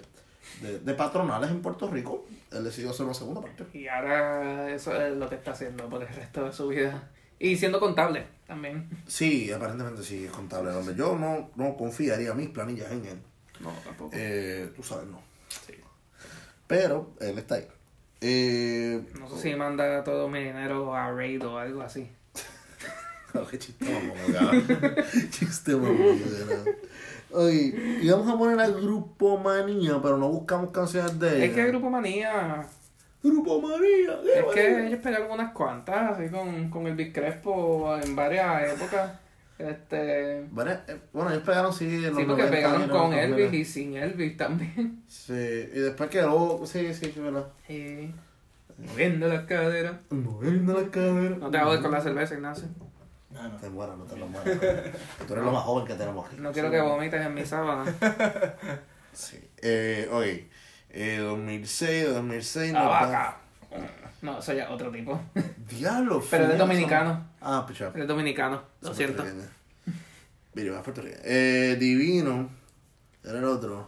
Speaker 1: de, de patronales en Puerto Rico, él decidió hacer una segunda parte.
Speaker 2: Y ahora eso es lo que está haciendo por el resto de su vida. Y siendo contable también.
Speaker 1: Sí, aparentemente sí, es contable. Donde yo no, no confiaría mis planillas en él.
Speaker 2: No, tampoco.
Speaker 1: Eh, tú sabes, no.
Speaker 2: Sí.
Speaker 1: Pero él está ahí. Eh,
Speaker 2: No sé si manda todo mi dinero a Raid o algo así.
Speaker 1: Qué chiste mamón, cabrón. Chiste mamón, cabrón. Oye, y vamos a poner a Grupo Manía, pero no buscamos canciones de ella.
Speaker 2: Es que Grupo Manía.
Speaker 1: Grupo Manía.
Speaker 2: Es que ellos pegaron unas cuantas, así con, con el Big Crespo en varias épocas. Este.
Speaker 1: Bueno, eh, bueno, ellos pegaron sí en los
Speaker 2: Sí, porque
Speaker 1: 90
Speaker 2: pegaron
Speaker 1: y
Speaker 2: con
Speaker 1: 90,
Speaker 2: Elvis y
Speaker 1: ¿verdad?
Speaker 2: sin Elvis también.
Speaker 1: Sí, y después quedó, sí, sí, sí, verdad.
Speaker 2: Sí. Moviendo las caderas.
Speaker 1: Moviendo la cadera.
Speaker 2: No te ahogues con la cerveza, Ignacio.
Speaker 3: No, no.
Speaker 1: Te mueras, no te lo mueras. Tú eres lo más joven que tenemos aquí.
Speaker 2: No quiero que vomites en mi sábana.
Speaker 1: Sí. Eh, oye, eh, 2006, 2006.
Speaker 2: La
Speaker 1: nos da-
Speaker 2: vaca. No, eso ya es otro tipo.
Speaker 1: Diablo,
Speaker 2: Pero él es
Speaker 1: fíjate.
Speaker 2: dominicano.
Speaker 1: Ah, pichá.
Speaker 2: Él es dominicano. Lo siento.
Speaker 1: Mira, más Puerto Rico. Eh, Divino. Era el otro.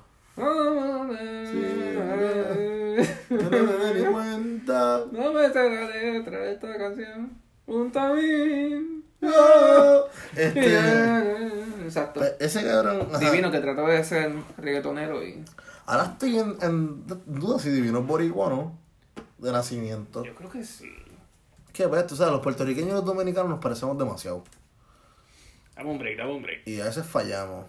Speaker 1: No me di cuenta.
Speaker 2: No me sé la letra de esta canción. Junto a mí.
Speaker 1: No. Este.
Speaker 2: Exacto.
Speaker 1: Ese cabrón. ajá.
Speaker 2: Divino que trató de ser reggaetonero y.
Speaker 1: Ahora estoy en, en duda si Divino es boricua, ¿no? De nacimiento.
Speaker 2: Yo creo que sí.
Speaker 1: Que pues, tú sabes, los puertorriqueños y los dominicanos nos parecemos demasiado.
Speaker 2: Dame un break, dame un break.
Speaker 1: Y a veces fallamos.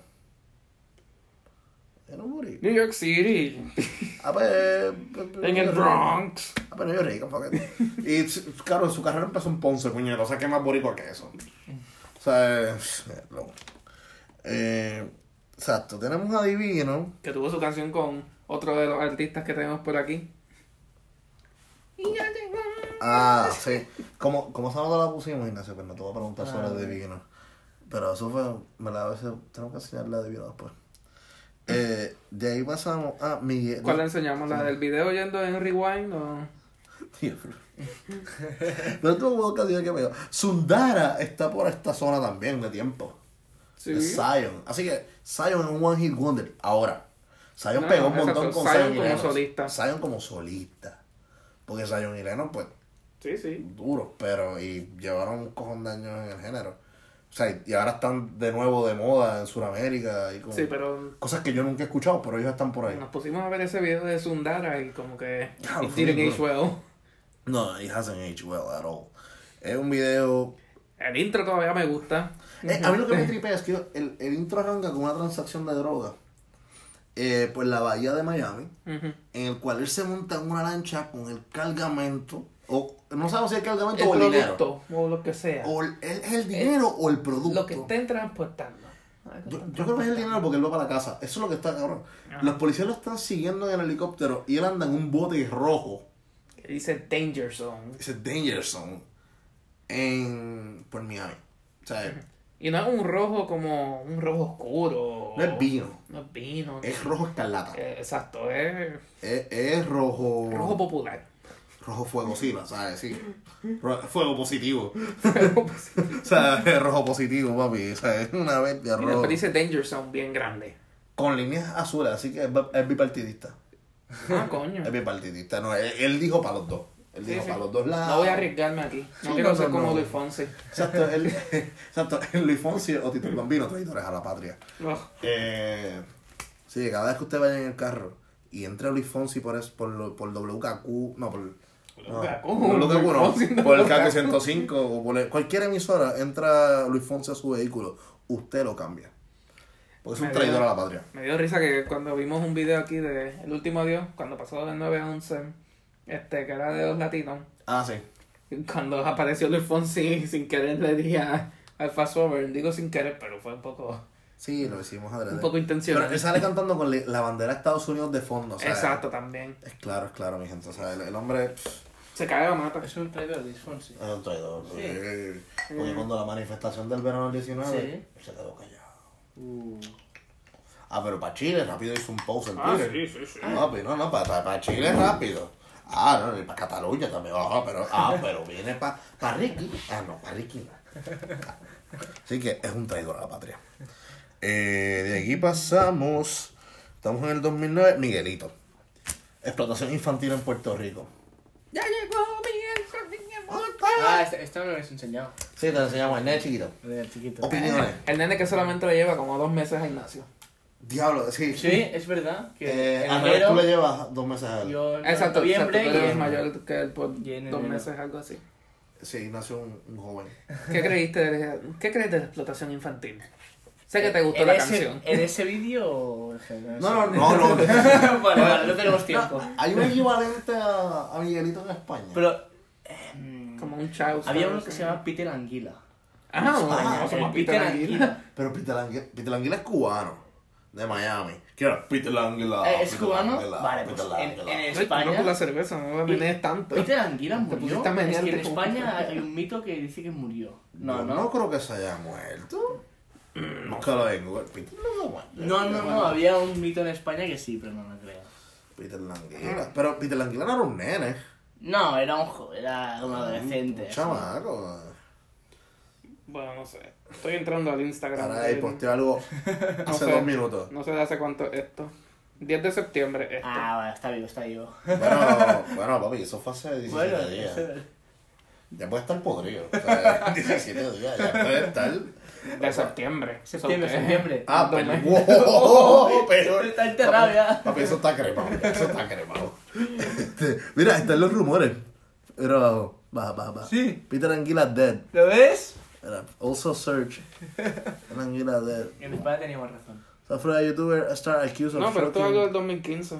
Speaker 1: Era un boricua.
Speaker 2: New York City.
Speaker 1: Ah, pues, eh,
Speaker 2: En el Bronx.
Speaker 1: Ah, pero yo rico, fuck it. Y s- claro, su carrera empezó en Ponce, puñero. O sea, que más boricua que eso. O sea, eh, no. Eh, exacto, tenemos a Divino.
Speaker 2: Que tuvo su canción con otro de los artistas que tenemos por aquí. Y ya llegó.
Speaker 1: Ah, sí. Como, como esa nota la pusimos, Ignacio, pero no te voy a preguntar sobre
Speaker 3: Ah.
Speaker 1: Divino. Pero eso fue, me la a veces tengo que enseñarle a Divino después. Eh, de ahí pasamos a Miguel.
Speaker 2: ¿Cuál le enseñamos? ¿La del video yendo en Rewind o...?
Speaker 1: Tío, pero tú como candidato que me dio. Sundara está por esta zona también de tiempo.
Speaker 2: Sí.
Speaker 1: Es Zion. Así que Zion es un one hit wonder. Ahora, Zion
Speaker 2: No,
Speaker 1: pegó un
Speaker 2: exacto.
Speaker 1: montón con
Speaker 2: Zion
Speaker 1: Zion, y
Speaker 2: como
Speaker 1: Lennox.
Speaker 2: solista.
Speaker 1: Zion como solista. Porque Zion y Lennox, pues,
Speaker 2: Sí, sí.
Speaker 1: duros, pero y llevaron un cojón de años en el género. O sea, y ahora están de nuevo de moda en Sudamérica y como
Speaker 2: Sí, pero
Speaker 1: cosas que yo nunca he escuchado, pero ellos están por ahí.
Speaker 2: nos pusimos a ver ese video de Sundara y como que...
Speaker 1: Claro,
Speaker 2: it didn't
Speaker 1: fue
Speaker 2: age well.
Speaker 1: No, it hasn't aged well at all. Es un video
Speaker 2: El intro todavía me gusta.
Speaker 1: Eh, a mí lo que me tripea es que el, el intro arranca con una transacción de droga eh, por la bahía de Miami,
Speaker 2: Ujú.
Speaker 1: en el cual él se monta en una lancha con el cargamento, o no sabemos si es cargamento
Speaker 2: El
Speaker 1: o el dinero.
Speaker 2: producto, o lo que sea.
Speaker 1: O el, el- el dinero o el producto.
Speaker 2: Lo que estén transportando.
Speaker 1: Yo, yo creo que es el dinero porque él va para la casa. Eso es lo que está cabrón.
Speaker 2: Ajá.
Speaker 1: Los policías lo están siguiendo en el helicóptero y él anda en un bote rojo.
Speaker 2: Que Dice Danger Zone.
Speaker 1: Dice Danger Zone. En, por Miami. O sea,
Speaker 2: Y no es un rojo como un rojo oscuro.
Speaker 1: no es vino.
Speaker 2: No es vino.
Speaker 1: Es rojo escarlata.
Speaker 2: Eh, exacto, es
Speaker 1: Es, es rojo.
Speaker 2: rojo popular.
Speaker 1: Rojo fuego, sí, lo sabes, sí. Ro- fuego positivo.
Speaker 2: y
Speaker 1: O sea, es rojo positivo, papi. O sea, es una bestia rojo.
Speaker 2: después dice Danger Zone bien grande.
Speaker 1: Con líneas azules, así que es, bi- es bipartidista.
Speaker 2: Ah, coño.
Speaker 1: Es bipartidista. No, él, él dijo para los dos. Él
Speaker 2: Sí,
Speaker 1: dijo
Speaker 2: sí.
Speaker 1: para los dos lados.
Speaker 2: No voy a arriesgarme aquí. No
Speaker 1: Sí,
Speaker 2: quiero
Speaker 1: no,
Speaker 2: ser
Speaker 1: no,
Speaker 2: como
Speaker 1: no.
Speaker 2: Luis Fonsi.
Speaker 1: Exacto, él, exacto, él, Luis Fonsi o Tito el Bambino, traidores a la patria.
Speaker 2: Oh,
Speaker 1: Eh, sí, cada vez que usted vaya en el carro y entre Luis Fonsi por, es- por, lo- por WKQ, no, por... No,
Speaker 2: WKQ,
Speaker 1: por WKQ no,
Speaker 2: Luis Fonsi,
Speaker 1: por el
Speaker 2: WKQ.
Speaker 1: KQ105 o por el- cualquier emisora entra Luis Fonsi a su vehículo, usted lo cambia. Porque es un
Speaker 2: Me
Speaker 1: traidor a
Speaker 2: dio-
Speaker 1: la patria.
Speaker 2: me dio risa que cuando vimos un video aquí de El último adiós, cuando pasó del 9 a 11, este, que era de los latinos,
Speaker 1: Ah, sí.
Speaker 2: cuando apareció Luis Fonsi sin querer le dije a, al Fast Forward, digo sin querer, pero fue un poco,
Speaker 1: Sí, lo hicimos adrede.
Speaker 2: un poco
Speaker 1: Pero
Speaker 2: intencional.
Speaker 1: él sale cantando con le- la bandera de Estados Unidos de fondo. o sea,
Speaker 2: Exacto, también.
Speaker 1: Es claro, es claro, mi gente. O sea, el, el hombre pff,
Speaker 2: Se cae la mata.
Speaker 3: Es un traidor, Luis Fonsi.
Speaker 1: es un traidor.
Speaker 3: Sí.
Speaker 1: porque- Porque cuando la manifestación del verano del 19, él se quedó callado.
Speaker 3: Uh.
Speaker 1: Ah, pero para Chile rápido hizo un pause en
Speaker 2: Ah,
Speaker 1: Twitter.
Speaker 2: sí, sí, sí.
Speaker 1: No, pero no, no, para, Chile rápido. Ah, no, y para Cataluña también. Ah, pero, ah, pero viene para pa Ricky. Ah, no, para Ricky no. Así que es un traidor a la patria. Eh, de aquí pasamos. Estamos en el 2009. Miguelito. Explotación infantil en Puerto Rico.
Speaker 2: Ya llegó Miguel Jardín
Speaker 3: Ah, esta, esta me lo habéis enseñado.
Speaker 1: Sí, te lo enseñamos, el nene chiquito.
Speaker 3: De chiquito. Ah,
Speaker 1: Opiniones.
Speaker 2: El nene que solamente lo lleva como dos meses a Ignacio.
Speaker 1: Diablo, sí.
Speaker 3: Sí, es verdad que
Speaker 1: Eh,
Speaker 3: en
Speaker 1: al revés, tú le
Speaker 3: enero
Speaker 1: llevas dos meses a él.
Speaker 3: yo en
Speaker 2: Exacto, exacto.
Speaker 3: noviembre
Speaker 2: Pero
Speaker 3: y
Speaker 2: es
Speaker 3: en-
Speaker 2: mayor que él por
Speaker 3: y en
Speaker 2: dos
Speaker 3: enero.
Speaker 2: meses, algo así.
Speaker 1: Sí, nació un, un joven.
Speaker 2: ¿Qué creíste de, qué crees de la explotación infantil? Sé que te gustó
Speaker 3: Eh, ¿En
Speaker 2: la
Speaker 3: ese-
Speaker 2: canción.
Speaker 3: ¿En ese vídeo o en general?
Speaker 1: No, no, no, no.
Speaker 3: vale, vale, no tenemos tiempo.
Speaker 1: Hay un equivalente a, a Miguelito en España.
Speaker 3: Pero. em,
Speaker 2: Como un chau.
Speaker 3: había uno que se llamaba Peter Anguila.
Speaker 2: Ah, no,
Speaker 1: España,
Speaker 2: se
Speaker 3: el
Speaker 2: llama Peter Anguila.
Speaker 1: Pero Peter Anguila, Peter Anguila es cubano, de Miami. ¿Qué era? Peter Anguila.
Speaker 3: Eh, ¿Es
Speaker 1: Peter
Speaker 3: cubano?
Speaker 1: Anguila,
Speaker 3: Vale,
Speaker 1: Peter
Speaker 3: pues en,
Speaker 1: Anguila.
Speaker 3: en
Speaker 2: Ay, compró
Speaker 3: España.
Speaker 2: con la cerveza, no la menees tanto.
Speaker 3: Peter Anguila
Speaker 2: Te
Speaker 3: murió.
Speaker 2: pusiste a
Speaker 3: Es que en
Speaker 2: menearte como-
Speaker 3: España hay un mito que dice que murió. No,
Speaker 1: Yo Mm,
Speaker 3: no.
Speaker 1: No creo que se haya muerto. Nunca lo vengo. Peter no se ha muerto.
Speaker 3: No, no, no, había un mito en España que sí, pero no me creo.
Speaker 1: Peter Anguila. Pero Peter Anguila no era un nene.
Speaker 3: No, era un jo- era un adolescente.
Speaker 1: Ah, Un
Speaker 3: así.
Speaker 1: chamaco.
Speaker 2: Bueno, no sé. Estoy entrando al Instagram.
Speaker 1: Ahora ahí
Speaker 2: del-
Speaker 1: posteó algo
Speaker 2: No
Speaker 1: hace
Speaker 2: sé.
Speaker 1: dos minutos.
Speaker 2: No sé de hace cuánto es esto. 10 de septiembre esto.
Speaker 3: Ah, bueno, está vivo, está vivo.
Speaker 1: Bueno, bueno, papi, eso fue hace 17
Speaker 3: Bueno,
Speaker 1: días.
Speaker 3: eso-
Speaker 1: Ya puede estar podrido. O sea, 17 días, ya puede estar.
Speaker 2: de septiembre.
Speaker 3: septiembre,
Speaker 2: So que-
Speaker 3: septiembre.
Speaker 1: Ah,
Speaker 2: Dos
Speaker 1: pero,
Speaker 2: meses.
Speaker 1: wow, pero
Speaker 3: Está enterrado ya.
Speaker 1: Papi, eso está cremado. Eso está cremado. Este, mira, están los rumores. Pero baja, baja, baja.
Speaker 3: Sí.
Speaker 1: Peter Anguila dead.
Speaker 3: ¿Lo ves?
Speaker 1: Era Also search. Peter Anguila dead.
Speaker 3: En España teníamos razón.
Speaker 1: Suffer a YouTuber star accused of
Speaker 2: No, pero esto es
Speaker 1: shooting-
Speaker 2: algo del 2015.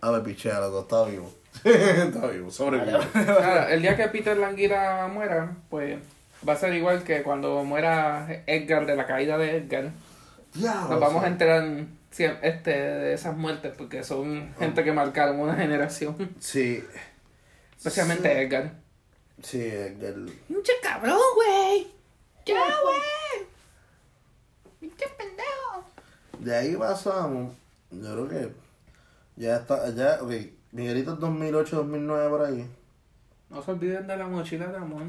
Speaker 1: A ver, pichea, loco, está vivo. está vivo, sobrevivió.
Speaker 2: Claro, el día que Peter Languila muera, pues va a ser igual que cuando muera Edgar de la caída de Edgar.
Speaker 1: Ya,
Speaker 2: Nos vamos a enterar siem- este, de esas muertes porque son gente que marcaron una generación.
Speaker 1: Sí.
Speaker 2: Especialmente Edgar.
Speaker 1: Sí, del.
Speaker 2: ¡Mucho cabrón, güey! ¡Ya, güey! ¡Mucho pendejo!
Speaker 1: De ahí pasamos, yo creo que ya está, ya, ok, Miguelito es 2008, 2009 por ahí.
Speaker 2: No se olviden de la mochila de amor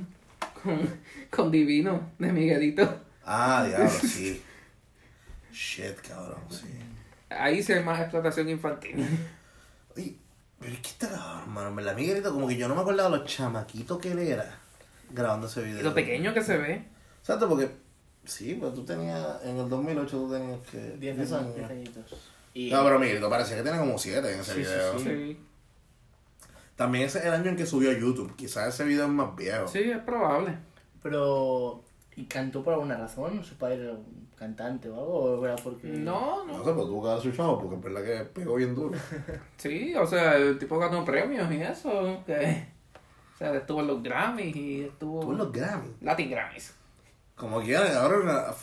Speaker 2: con, con Divino de Miguelito.
Speaker 1: Ah, diablo, sí. Shit, cabrón, sí.
Speaker 2: Ahí sí hay más explotación infantil.
Speaker 1: Oye, pero es que está cabrón, hermano. En verdad, Miguelito, como que yo no me acordaba de los chamaquitos que él era grabando ese video.
Speaker 2: Y lo pequeño que se ve.
Speaker 1: Exacto, porque. Sí, pues tú tenías. En el 2008 tú tenías que.
Speaker 3: 10
Speaker 1: diez
Speaker 3: años, 10 añitos. Y
Speaker 1: No, pero Miguelito parecía que tenía como 7 en ese
Speaker 3: Sí, sí,
Speaker 1: video.
Speaker 3: sí.
Speaker 2: Sí.
Speaker 1: También ese es el año en que subió a YouTube. Quizás ese video es más viejo.
Speaker 2: Sí, es probable.
Speaker 3: Pero. ¿Y cantó por alguna razón? ¿Su padre era un cantante o algo? ¿O era porque.?
Speaker 2: No,
Speaker 1: No
Speaker 2: no.
Speaker 1: sé, pero tuvo que haber escuchado porque en verdad que pegó bien duro.
Speaker 2: Oh. Sí, o sea, el tipo ganó premios y eso. Que, o sea, estuvo en los Grammys y estuvo.
Speaker 1: Tuvo los Grammy.
Speaker 2: Latin Grammys.
Speaker 1: Como quieran, cabrón. la-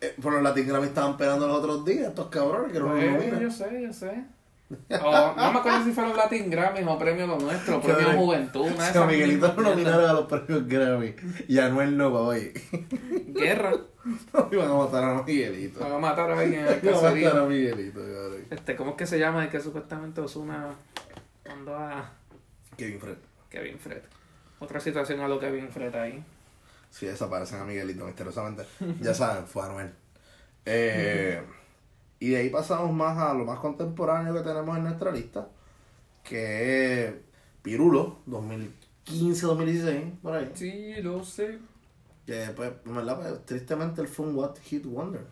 Speaker 1: eh, Por los Latin Grammy estaban pegando los otros días, estos cabrones que no los
Speaker 2: Pues,
Speaker 1: nominan.
Speaker 2: yo sé, yo sé. O, no me acuerdo si fueron Latin Grammys o Premio Lo Nuestro, Premio
Speaker 1: Cabrón.
Speaker 2: Juventud, una de
Speaker 1: Si a
Speaker 2: esas
Speaker 1: Miguelito lo
Speaker 2: mierdas.
Speaker 1: nominaron a los premios Grammy y a Noel no, hoy
Speaker 2: Guerra.
Speaker 1: No iban a matar a Miguelito.
Speaker 2: Vamos a matar a alguien en el
Speaker 1: Iban a
Speaker 2: Ah, caserío.
Speaker 1: matar a Miguelito, cabrón.
Speaker 2: Este, ¿cómo es que se llama? El que supuestamente Osuna mandó a
Speaker 1: Kevin Fred.
Speaker 2: Kevin Fred. Otra situación a lo Kevin Fred ahí.
Speaker 1: Si desaparecen a Miguelito misteriosamente. Ya saben, fue Anuel. Eh, y de ahí pasamos más a lo más contemporáneo que tenemos en nuestra lista, que es Pirulo, 2015-2016, por ahí.
Speaker 2: Sí, lo sé.
Speaker 1: Que pues, en verdad, pues, tristemente él fue un What Hit Wonder.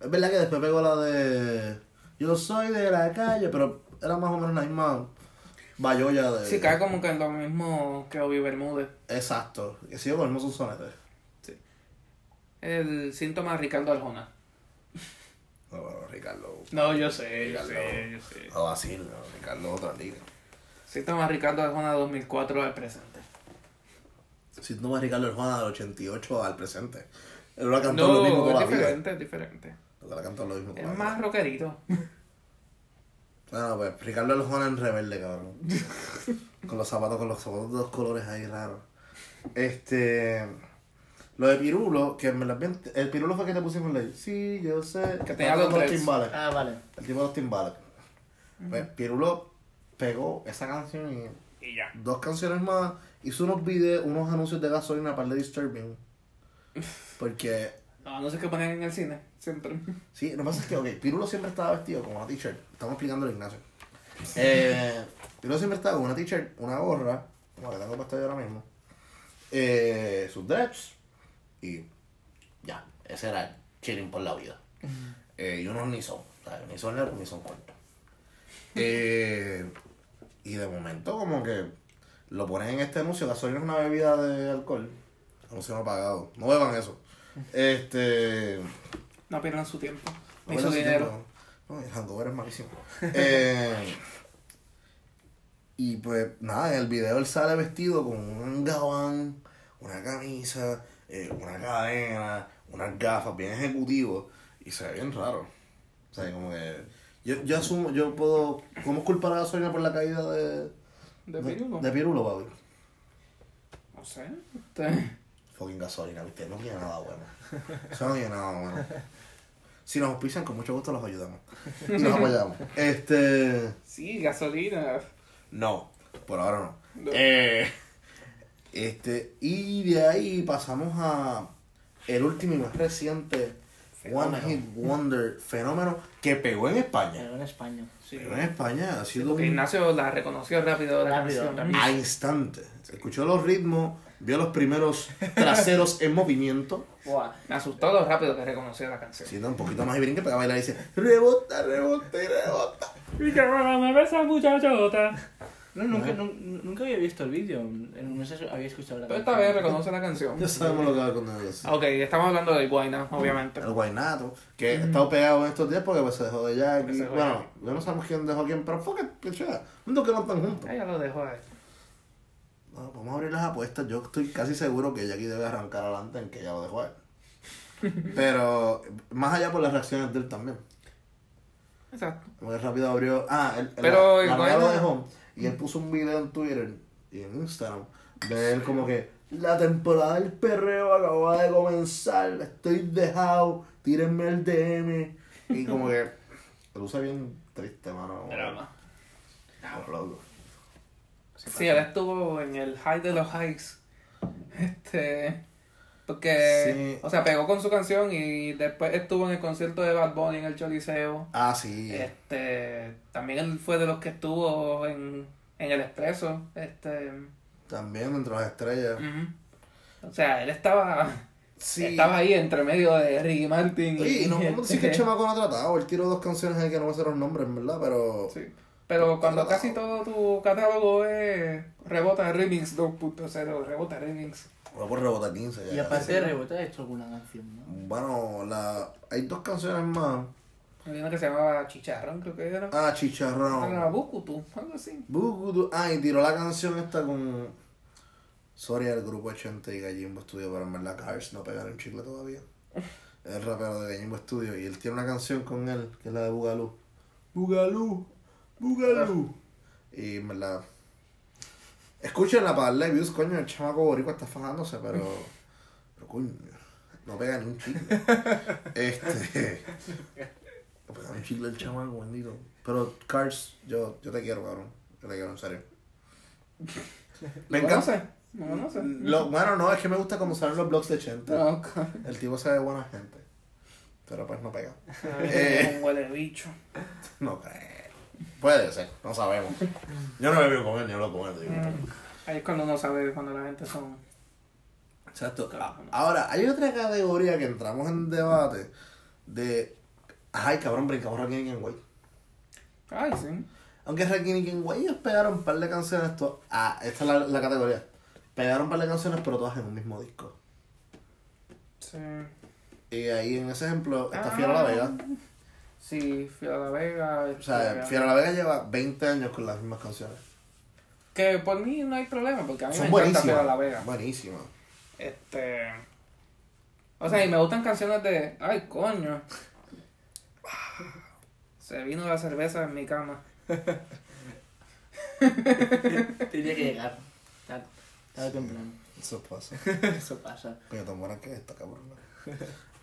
Speaker 1: Es verdad que después pegó la de Yo soy de la calle, pero era más o menos la misma bayolla de.
Speaker 2: Sí, cae como que en lo mismo que Obi Bermúdez.
Speaker 1: Exacto. Que sigue con el mismo sonete.
Speaker 2: El síntoma de Ricardo Arjona.
Speaker 1: No, bueno, Ricardo.
Speaker 2: No, yo sé,
Speaker 1: yo sé,
Speaker 2: yo sé.
Speaker 1: No vacilo, Ricardo otra liga.
Speaker 2: Síntoma de Ricardo Arjona 2004 al presente.
Speaker 1: Si tú no vas Ricardo Arjona del 88 al presente. Él lo ha cantado lo mismo
Speaker 2: No,
Speaker 1: toda
Speaker 2: es
Speaker 1: la vida.
Speaker 2: diferente, es diferente.
Speaker 1: Lo que le ha cantado lo mismo toda la
Speaker 2: Es
Speaker 1: vida.
Speaker 2: más rockerito.
Speaker 1: Bueno, pues Ricardo Arjona en rebelde, cabrón. con los zapatos, con los zapatos de dos colores ahí raros. Este. Lo de Pirulo, que me lo El Pirulo fue que te pusimos ley. Sí, yo sé.
Speaker 2: Que tenía los dreads.
Speaker 1: timbales.
Speaker 3: Ah, vale.
Speaker 1: El tipo de los timbales. Pues Pirulo pegó esa canción y
Speaker 2: Y ya.
Speaker 1: dos canciones más, hizo unos videos, unos anuncios de gasolina para el de Disturbing. Porque,
Speaker 2: No, no sé qué ponen en el cine, siempre.
Speaker 1: sí, lo que pasa es que, ok, Pirulo siempre estaba vestido con una t-shirt. Estamos explicando el Ignacio. Eh, Pirulo siempre estaba con una t-shirt, una gorra, como la que tengo puesta yo ahora mismo, eh, sus dreads, y ya, ese era el chilling por la vida. Eh, y unos Nison, o sea, Nison largo, Nison corto. Eh, y de momento como que lo ponen en este anuncio, gasolina es una bebida de alcohol. Anuncio no pagado. No beban eso. Este...
Speaker 2: No pierdan su tiempo.
Speaker 1: no
Speaker 2: Ni su
Speaker 1: beban ese
Speaker 2: dinero.
Speaker 1: tipo- No, el hangover es malísimo. Eh, y pues nada, en el video él sale vestido con un gabán, una camisa, eh, una cadena, unas gafas, bien ejecutivo. Y se ve bien raro. O sea, como que... Yo, yo asumo, yo puedo... ¿Cómo culpar a gasolina por la caída de...
Speaker 2: ¿De Pirulo?
Speaker 1: De Pirulo, papi.
Speaker 2: No sé. Este,
Speaker 1: Fucking gasolina, viste, no tiene nada bueno. Eso no tiene nada bueno. Si nos auspician, con mucho gusto los ayudamos. Y nos apoyamos. Este.
Speaker 2: Sí, gasolina.
Speaker 1: No, por ahora no.
Speaker 2: No.
Speaker 1: Eh, este. Y de ahí pasamos a el último y más reciente One
Speaker 3: Fenómeno.
Speaker 1: Hit Wonder fenómeno que pegó en España.
Speaker 3: Pero en España.
Speaker 2: Sí.
Speaker 1: Pegó en España, ha sido
Speaker 2: Porque
Speaker 1: un-
Speaker 2: Ignacio la reconoció rápido. La
Speaker 3: Rápido,
Speaker 2: canción.
Speaker 3: rápido.
Speaker 1: a instante. Escuchó los ritmos, vio los primeros traseros en movimiento.
Speaker 3: Buah.
Speaker 2: Me asustó lo rápido que reconoció la canción.
Speaker 1: Si no, un poquito más y brinque, pegaba y le dice, rebota, rebota y rebota.
Speaker 2: Y que ahora me besa muchachota.
Speaker 3: No, nunca, nun- nunca había visto el vídeo. En- No sé si había escuchado la
Speaker 2: Pero esta vez reconoce la canción.
Speaker 1: Ya sabemos lo que va a contar eso.
Speaker 2: Ok, estamos hablando de Guayna, obviamente.
Speaker 1: El guainato, que ha estado pegado en estos días porque pues, se dejó de ya.
Speaker 2: Que se dejó
Speaker 1: Bueno, ya no sabemos quién dejó a quién, pero fue que, que sea, mundo que no están juntos.
Speaker 2: Ella lo dejó ahí.
Speaker 1: Bueno, vamos a abrir las apuestas. Yo estoy casi seguro que Jackie debe arrancar adelante en que ya lo dejó a él. Pero más allá por las reacciones de él también.
Speaker 2: Exacto.
Speaker 1: Porque Pues rápido abrió. Ah, él, la, la
Speaker 2: Pero el
Speaker 1: amiga lo
Speaker 2: guayna-
Speaker 1: dejó. Y él puso un video en Twitter y en Instagram de él como que la temporada del perreo acaba de comenzar, estoy dejado, tírenme el DM. Y como que lo usa bien triste, mano.
Speaker 2: Drama.
Speaker 1: Como loco.
Speaker 3: se
Speaker 2: Sí,
Speaker 3: pasó.
Speaker 2: él estuvo en el high de los highs. Este. Porque.
Speaker 1: Sí.
Speaker 2: O sea, pegó con su canción y después estuvo en el concierto de Bad Bunny en el Choliseo.
Speaker 1: Ah, sí.
Speaker 2: Este. También él fue de los que estuvo en, en el Expreso. Este.
Speaker 1: También entre las estrellas.
Speaker 2: ujú. O sea, él estaba.
Speaker 1: Sí.
Speaker 2: Estaba ahí entre medio de Ricky Martin y.
Speaker 1: Oye, y no podemos decir que el
Speaker 2: este,
Speaker 1: chamaco no ha tratado. Él tiró dos canciones ahí que no me sé los nombres, en verdad, pero.
Speaker 2: Sí. Pero cuando casi todo tu catálogo es Rebota Remix 2.0, Rebota Remix.
Speaker 1: Voy por rebotar 15. ya,
Speaker 3: Y
Speaker 1: ya. Mm.
Speaker 3: aparte de rebotar, ha hecho alguna canción, ¿no?
Speaker 1: Bueno, la... hay dos canciones más.
Speaker 2: Había una que se llamaba Chicharrón, creo que era.
Speaker 1: Ah,
Speaker 2: Ah,
Speaker 1: Chicharrón.
Speaker 2: no, Bucutu, algo así.
Speaker 1: Bugudu. Ah, y tiró la canción esta con. Sorry al grupo 80 y Gallimbo Studio, pero en verdad Cars no pegaron chicle todavía. Es el rapero de Gallimbo Studio y él tiene una canción con él, que es la de Bugalú. Bugalú,
Speaker 2: Ah.
Speaker 1: Bugalú. Y en verdad. Escúchenla para darle views, coño, el chamaco boricua está fajándose, pero. Pero coño, no pega ni un chicle. Este. No pega ni un chicle el chamaco, bendito. Pero Cars, yo, yo te quiero, cabrón. Yo te quiero, en serio. Me
Speaker 2: ¿Lo
Speaker 1: encanta.
Speaker 2: conoces? ¿Lo conoces?
Speaker 1: Lo, bueno, no, es que me gusta como salen los blogs de Chente.
Speaker 2: No, co-
Speaker 1: El tipo se ve buena gente. Pero pues no pega. Eh.
Speaker 2: un huele bicho.
Speaker 1: No creo. Puede ser, no sabemos. Yo no me veo con él, ni hablo con él. digo.
Speaker 2: Mm. Ahí es cuando uno sabe cuando la gente son.
Speaker 1: Exacto. A- Ahora, hay otra categoría que entramos en debate de. Ay, cabrón, brincamos Rakim y Kenway.
Speaker 2: Ay, sí.
Speaker 1: Aunque Rakim y Kenway ellos pegaron un par de canciones. to- Ah, esta es la, la categoría. Pegaron un par de canciones, pero todas en un mismo disco.
Speaker 2: Sí.
Speaker 1: Y ahí en ese ejemplo está
Speaker 2: Ah.
Speaker 1: Fiera La Vega.
Speaker 2: Sí, fui a La Vega.
Speaker 1: O sea,
Speaker 2: este,
Speaker 1: Fiera La Vega lleva 20 años con las mismas canciones.
Speaker 2: Que por mí no hay problema, porque a mí
Speaker 1: Son
Speaker 2: me encanta fui a
Speaker 1: buenísimas.
Speaker 2: La Vega.
Speaker 1: Buenísimas.
Speaker 2: Este. O sea, y me gustan canciones de. Ay, coño. Se vino la cerveza en mi cama.
Speaker 3: Tenía que llegar. Tarde, tarde o temprano.
Speaker 1: Eso pasa.
Speaker 3: Eso pasa.
Speaker 1: Coño, tan buena que es esta cabrona.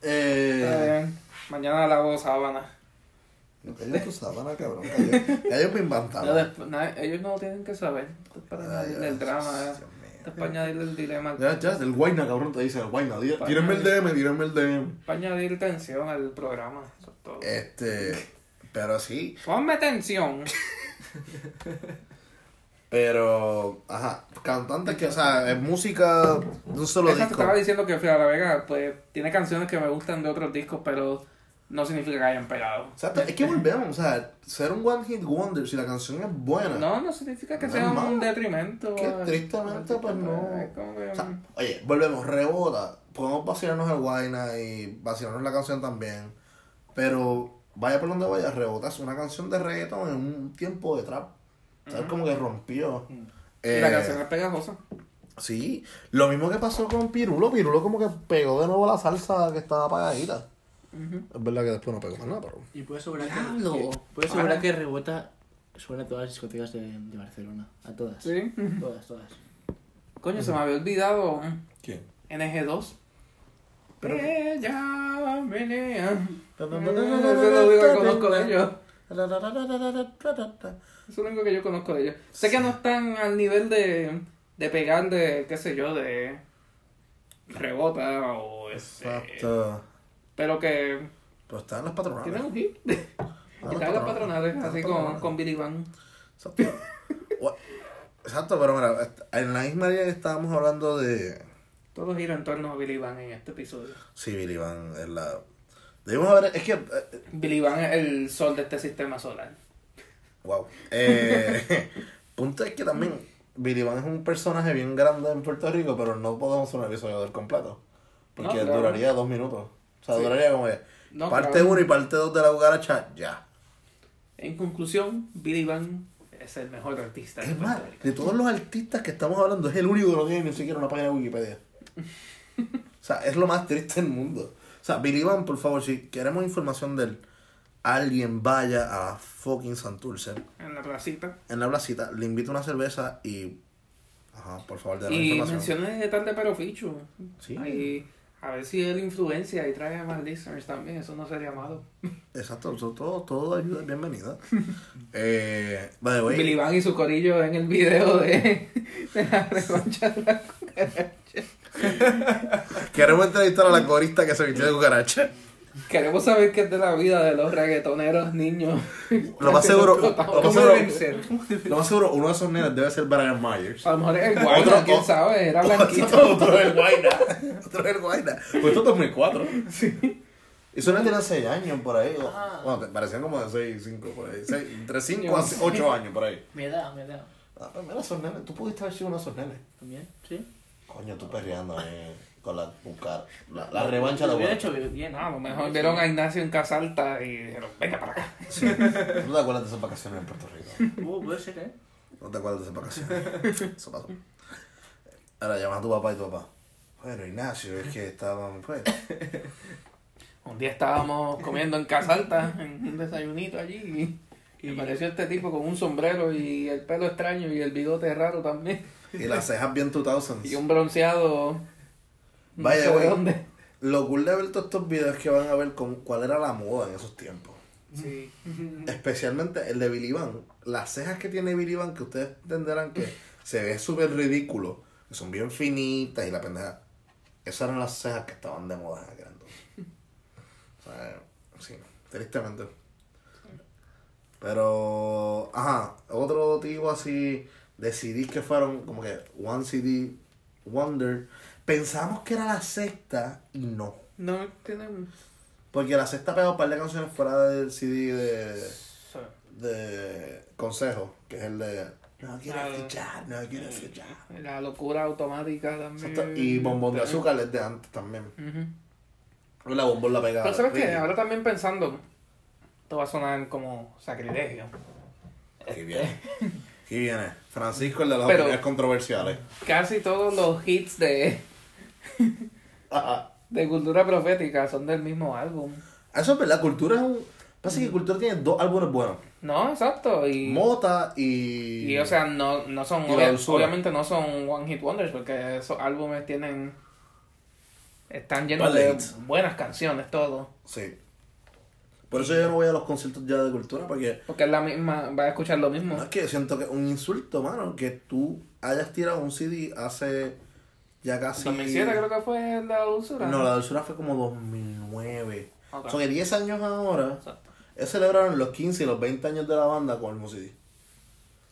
Speaker 1: Eh,
Speaker 2: Eh, mañana lavo sábana.
Speaker 1: no cayó tu sábana, cabrón. Cayó, cayó mi
Speaker 2: No,
Speaker 1: pantalón.
Speaker 2: después- na- ellos no tienen que saber. Esto es para
Speaker 1: Ay,
Speaker 2: añadirle el drama.
Speaker 1: Dios
Speaker 2: eh. Esto
Speaker 1: mío.
Speaker 2: es para añadirle el dilema.
Speaker 1: Ya, ya, el guayna, cabrón, te dice el guayna. Dí-
Speaker 2: Para-
Speaker 1: Tírenme el DM, tírenme el DM.
Speaker 2: Para añadir tensión al programa. Eso es todo.
Speaker 1: Este, pero sí.
Speaker 2: Ponme tensión.
Speaker 1: Pero, ajá, cantantes que, o sea, es música de un solo
Speaker 2: Esa te
Speaker 1: disco.
Speaker 2: estaba diciendo que Fia La Vega, pues, tiene canciones que me gustan de otros discos, pero no significa que hayan pegado.
Speaker 1: Exacto, es que volvemos, o sea, ser un one hit wonder si la canción es buena.
Speaker 2: No, no significa que
Speaker 1: No
Speaker 2: sea
Speaker 1: es malo.
Speaker 2: un detrimento.
Speaker 1: Que
Speaker 2: al-
Speaker 1: tristemente,
Speaker 2: al
Speaker 1: pues,
Speaker 2: artista,
Speaker 1: no.
Speaker 2: es como que,
Speaker 1: O sea,
Speaker 2: mm,
Speaker 1: oye, volvemos, rebota. Podemos vacilarnos el Guayna y vacilarnos la canción también. Pero vaya por donde vaya, rebota. Es una canción de reggaeton en un tiempo de trap. ¿Sabes? Como que rompió.
Speaker 3: Mm.
Speaker 2: y la
Speaker 1: Eh,
Speaker 2: canción es pegajosa.
Speaker 1: Sí, lo mismo que pasó con Pirulo. Pirulo como que pegó de nuevo la salsa que estaba apagadita.
Speaker 2: Ujú.
Speaker 1: Es verdad que después no pegó más nada, pero...
Speaker 3: Y puedes asegurar
Speaker 2: Diablo.
Speaker 3: que, puedes asegurar
Speaker 2: Para.
Speaker 3: que rebota suena a todas las discotecas de, de Barcelona. A todas.
Speaker 2: Sí.
Speaker 3: Todas, todas.
Speaker 2: Coño, se me había olvidado mm,
Speaker 1: ¿Quién?
Speaker 2: NG2.
Speaker 1: Pero-
Speaker 2: Ella menea. Eso es lo único que conozco de ellos. Eso es lo único que yo conozco de ellos. Sé que no están al nivel de, de pegar de, qué sé yo, de rebota o este.
Speaker 1: Exacto.
Speaker 2: Pero que
Speaker 1: Pero están las
Speaker 2: tienen
Speaker 1: patronales.
Speaker 2: un hit.
Speaker 1: Ah,
Speaker 2: Y están las patronales,
Speaker 1: Están
Speaker 2: así
Speaker 1: las
Speaker 2: con,
Speaker 1: patronales.
Speaker 2: con Billy Van.
Speaker 1: Exacto. Gua- Exacto, pero mira, en la misma día que estábamos hablando de.
Speaker 2: Todo gira en torno a Billy Van en este episodio.
Speaker 1: Sí, Billy Van, es la. Debemos haber. Es que. eh,
Speaker 2: Billy Van es el sol de este sistema solar.
Speaker 1: wow. Eh, punto es que también. Billy Van es un personaje bien grande en Puerto Rico, pero no podemos hacer un episodio del completo. Porque
Speaker 2: No, claro.
Speaker 1: duraría dos minutos. O sea,
Speaker 2: Sí.
Speaker 1: duraría como que.
Speaker 2: No,
Speaker 1: parte
Speaker 2: claro.
Speaker 1: 1 y parte 2 de la cucaracha, ya.
Speaker 2: En conclusión, Billy Van es el mejor artista de
Speaker 1: Es más,
Speaker 2: Puerto Rico.
Speaker 1: de todos los artistas que estamos hablando, es el único que no tiene ni siquiera una página de Wikipedia. O sea, es lo más triste del mundo. O sea, Billy Van, por favor, si queremos información de él, alguien vaya a fucking Santurce.
Speaker 2: En la placita.
Speaker 1: En la placita, le invito una cerveza y. Ajá, por favor, de la
Speaker 2: Y
Speaker 1: información.
Speaker 2: menciones de tarde pero ficho.
Speaker 1: Sí.
Speaker 2: Hay, A ver si él influencia y trae más listeners también, eso no sería malo.
Speaker 1: Exacto, so- todo, todo ayuda es bienvenida. eh, by the way,
Speaker 2: Billy Van y su corillo en el video de, de la revancha de la cucaracha.
Speaker 1: queremos entrevistar a la corista que se vistió de cucaracha.
Speaker 2: Queremos saber qué es de la vida de los reggaetoneros niños.
Speaker 1: Lo más seguro, lo
Speaker 2: ¿Cómo
Speaker 1: más seguro,
Speaker 2: deben ser?
Speaker 1: lo más seguro, uno de esos nenes debe ser Brian Myers.
Speaker 2: A lo mejor es el guarda,
Speaker 1: Otro-
Speaker 2: quién sabe, era blanquito.
Speaker 1: Otro del Guayna. Otro del Guayna. Pues esto es 2004.
Speaker 2: Sí.
Speaker 1: Y suena tiene 6 años por ahí. o-
Speaker 3: Ah.
Speaker 1: Bueno, te parecían como de 6, 5 por ahí. Seis- entre 5
Speaker 2: Yo
Speaker 1: a
Speaker 2: no sé.
Speaker 1: 8 años por ahí.
Speaker 3: Me da, me da.
Speaker 1: Ah, pues mira, esos nenes. Tú pudiste haber sido uno de esos nenes.
Speaker 3: ¿También? ¿Sí?
Speaker 1: Coño, tú perreando ahí con la buscar. La, la revancha
Speaker 3: Lo
Speaker 1: la
Speaker 3: hubiera
Speaker 1: buena.
Speaker 3: hecho bien.
Speaker 2: No, a lo mejor vieron a Ignacio en casa alta y dijeron, venga para acá.
Speaker 1: Sí. ¿Tú te acuerdas de esas vacaciones en Puerto Rico?
Speaker 3: Uh, puede ser, ¿eh?
Speaker 1: No te acuerdas de esas vacaciones. Eso pasó. Ahora llamas a tu papá y tu papá. Bueno, Ignacio, es que estábamos. Pues,
Speaker 2: Un día estábamos comiendo en casa alta, en un desayunito allí, y,
Speaker 3: Y-
Speaker 2: apareció este tipo con un sombrero y el pelo extraño y el bigote raro también.
Speaker 1: y las cejas bien 2000s.
Speaker 2: Y un bronceado. no
Speaker 1: Vaya,
Speaker 2: sé de
Speaker 1: güey.
Speaker 2: dónde.
Speaker 1: Lo cool de ver todos estos videos es que van a ver con cuál era la moda en esos tiempos.
Speaker 2: Sí.
Speaker 1: Especialmente el de Billy Van. Las cejas que tiene Billy Van, que ustedes entenderán que se ve súper ridículo, que son bien finitas y la pendeja. Esas eran las cejas que estaban de moda en aquel entonces. O sea, sí, tristemente. Pero, ajá, otro tipo así de CDs que fueron como que One CD Wonder. Pensamos que era la sexta y no.
Speaker 2: No tenemos.
Speaker 1: Porque la sexta pegó un par de canciones fuera del CD de de consejo, que es el de no quiero
Speaker 2: Claro.
Speaker 1: fichar, no quiero fichar.
Speaker 2: La locura automática también.
Speaker 1: Exacto, Y bombón de azúcar es de antes también.
Speaker 2: Ujú.
Speaker 1: La bombón la pegada.
Speaker 2: Pero sabes
Speaker 1: Sí.
Speaker 2: que ahora también pensando, esto va a sonar como sacrilegio.
Speaker 1: Aquí viene. Aquí viene. Francisco, el de las
Speaker 2: Pero-
Speaker 1: opiniones controversiales.
Speaker 2: Casi todos los hits de,
Speaker 1: Ajá.
Speaker 2: de cultura profética son del mismo álbum.
Speaker 1: ah. Eso es verdad, cultura es un. Pasa que cultura tiene dos álbumes buenos.
Speaker 2: No, exacto. Y,
Speaker 1: Mota y.
Speaker 2: y o sea, no, no son,
Speaker 1: y la
Speaker 2: obvia-
Speaker 1: dulzura.
Speaker 2: obviamente no son One Hit Wonders, porque esos álbumes tienen, están llenos
Speaker 1: Vale,
Speaker 2: de
Speaker 1: hits.
Speaker 2: buenas canciones, todo.
Speaker 1: Sí. Por eso yo no voy a los conciertos ya de cultura, porque.
Speaker 2: Porque es la misma, va a escuchar lo mismo.
Speaker 1: No es que siento que es un insulto, mano, que tú hayas tirado un CD hace ya casi.
Speaker 2: 2007 creo que fue la dulzura.
Speaker 1: No, la dulzura fue como 2009.
Speaker 2: Ok.
Speaker 1: O sea que 10 años ahora
Speaker 2: Exacto.
Speaker 1: es celebraron los 15 y los 20 años de la banda con el Musidi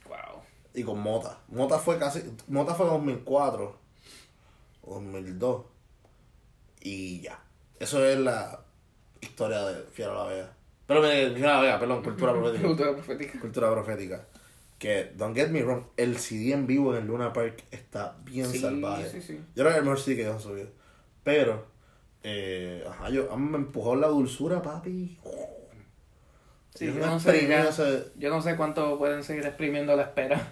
Speaker 2: Wow.
Speaker 1: y con Mota. Mota fue casi. Mota fue en 2004 o 2002. Y ya. Eso es la historia de Fiera la Vega. Pero me Fiera la Vega, perdón, cultura profética.
Speaker 2: Cultura profética.
Speaker 1: cultura profética. Que, don't get me wrong, el CD en vivo en el Luna Park está bien
Speaker 2: Sí,
Speaker 1: salvaje.
Speaker 2: sí, sí.
Speaker 1: Yo creo que es el mejor CD que yo he subido. Pero, eh, ajá, yo, a mí me empujó la dulzura, papi.
Speaker 2: Sí,
Speaker 1: Yo
Speaker 2: yo
Speaker 1: me
Speaker 2: no sé,
Speaker 1: exprimí
Speaker 2: ya.
Speaker 1: ese-
Speaker 2: Yo no sé cuánto pueden seguir exprimiendo la espera.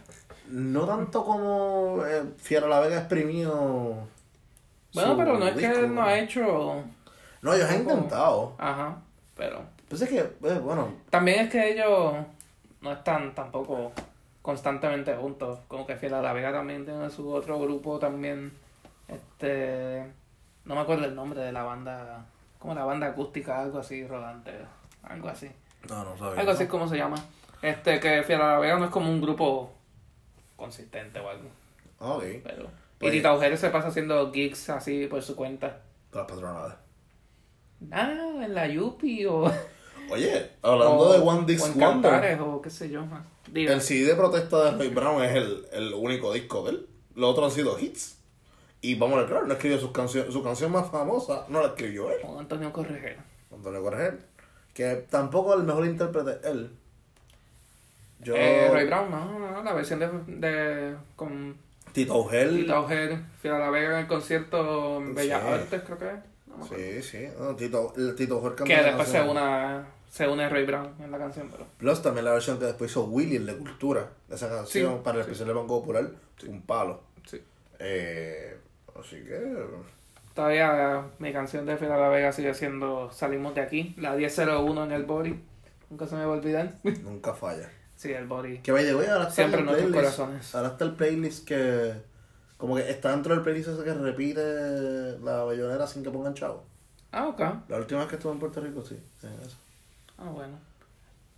Speaker 1: no tanto como eh, Fiera la Vega exprimido.
Speaker 2: Bueno,
Speaker 1: su
Speaker 2: pero no es que
Speaker 1: disco.
Speaker 2: él no ha hecho.
Speaker 1: No, ellos han
Speaker 2: Tampoco.
Speaker 1: intentado.
Speaker 2: Ajá. Pero.
Speaker 1: Pues es que, eh, bueno,
Speaker 2: También es que ellos no están tampoco constantemente juntos. Como que Fiel a la Vega también tiene su otro grupo también. Este. No me acuerdo el nombre de la banda. Como la banda acústica, algo así, rodante. Algo así.
Speaker 1: no, no sabía.
Speaker 2: Algo así es como se llama. Este, que Fiel a la Vega no es como un grupo consistente o algo.
Speaker 1: Ok,
Speaker 2: Pero.
Speaker 1: Pues-
Speaker 2: y Tita Ujere se pasa haciendo gigs así por su cuenta.
Speaker 1: de las patronadas.
Speaker 2: Ah, en la Yupi o.
Speaker 1: Oye, hablando de One
Speaker 2: o en
Speaker 1: Dix Wonder.
Speaker 2: Cantares o qué sé yo. ma. Diga.
Speaker 1: El CD de protesta de Ray Brown es el, el único disco de él. Los otros han sido hits. Y vamos a ver, claro, no escribió sus canciones. Su canción más famosa no la escribió él.
Speaker 2: Con Antonio Correjera.
Speaker 1: Antonio Correger. Que tampoco es el mejor intérprete él. Yo.
Speaker 2: Eh, Ray Brown, no, no, no, la versión de, de con
Speaker 1: Tito Ugel.
Speaker 2: Tita Ojeda, Fiel a la Vega en el concierto en Bellas
Speaker 1: Sí.
Speaker 2: Artes, creo que es. No me acuerdo.
Speaker 1: Sí, sí. No, Tito, el Tito Ugel
Speaker 2: Que
Speaker 1: cantó la
Speaker 2: después se,
Speaker 1: canción.
Speaker 2: una, se une Ray Brown en la canción, pero.
Speaker 1: Plus también la versión que después hizo Willy en La Cultura. De esa canción
Speaker 2: Sí,
Speaker 1: para el especial del Banco Popular. Un palo.
Speaker 2: Sí.
Speaker 1: Eh, así que.
Speaker 2: Todavía eh, mi canción de Fiel a la Vega sigue siendo Salimos de aquí, la 1001 en el Body. Nunca se me va a olvidar.
Speaker 1: Nunca falla.
Speaker 2: Sí, el Body.
Speaker 1: Que vaya, güey, ahora está
Speaker 2: Siempre
Speaker 1: el
Speaker 2: en nuestros
Speaker 1: playlist-
Speaker 2: corazones.
Speaker 1: Ahora está el playlist que Como que está dentro del playlist ese que repite la bayonera sin que pongan chavo.
Speaker 2: Ah, ok.
Speaker 1: La última vez que estuve en Puerto Rico, sí. sí, eso.
Speaker 2: Ah, bueno.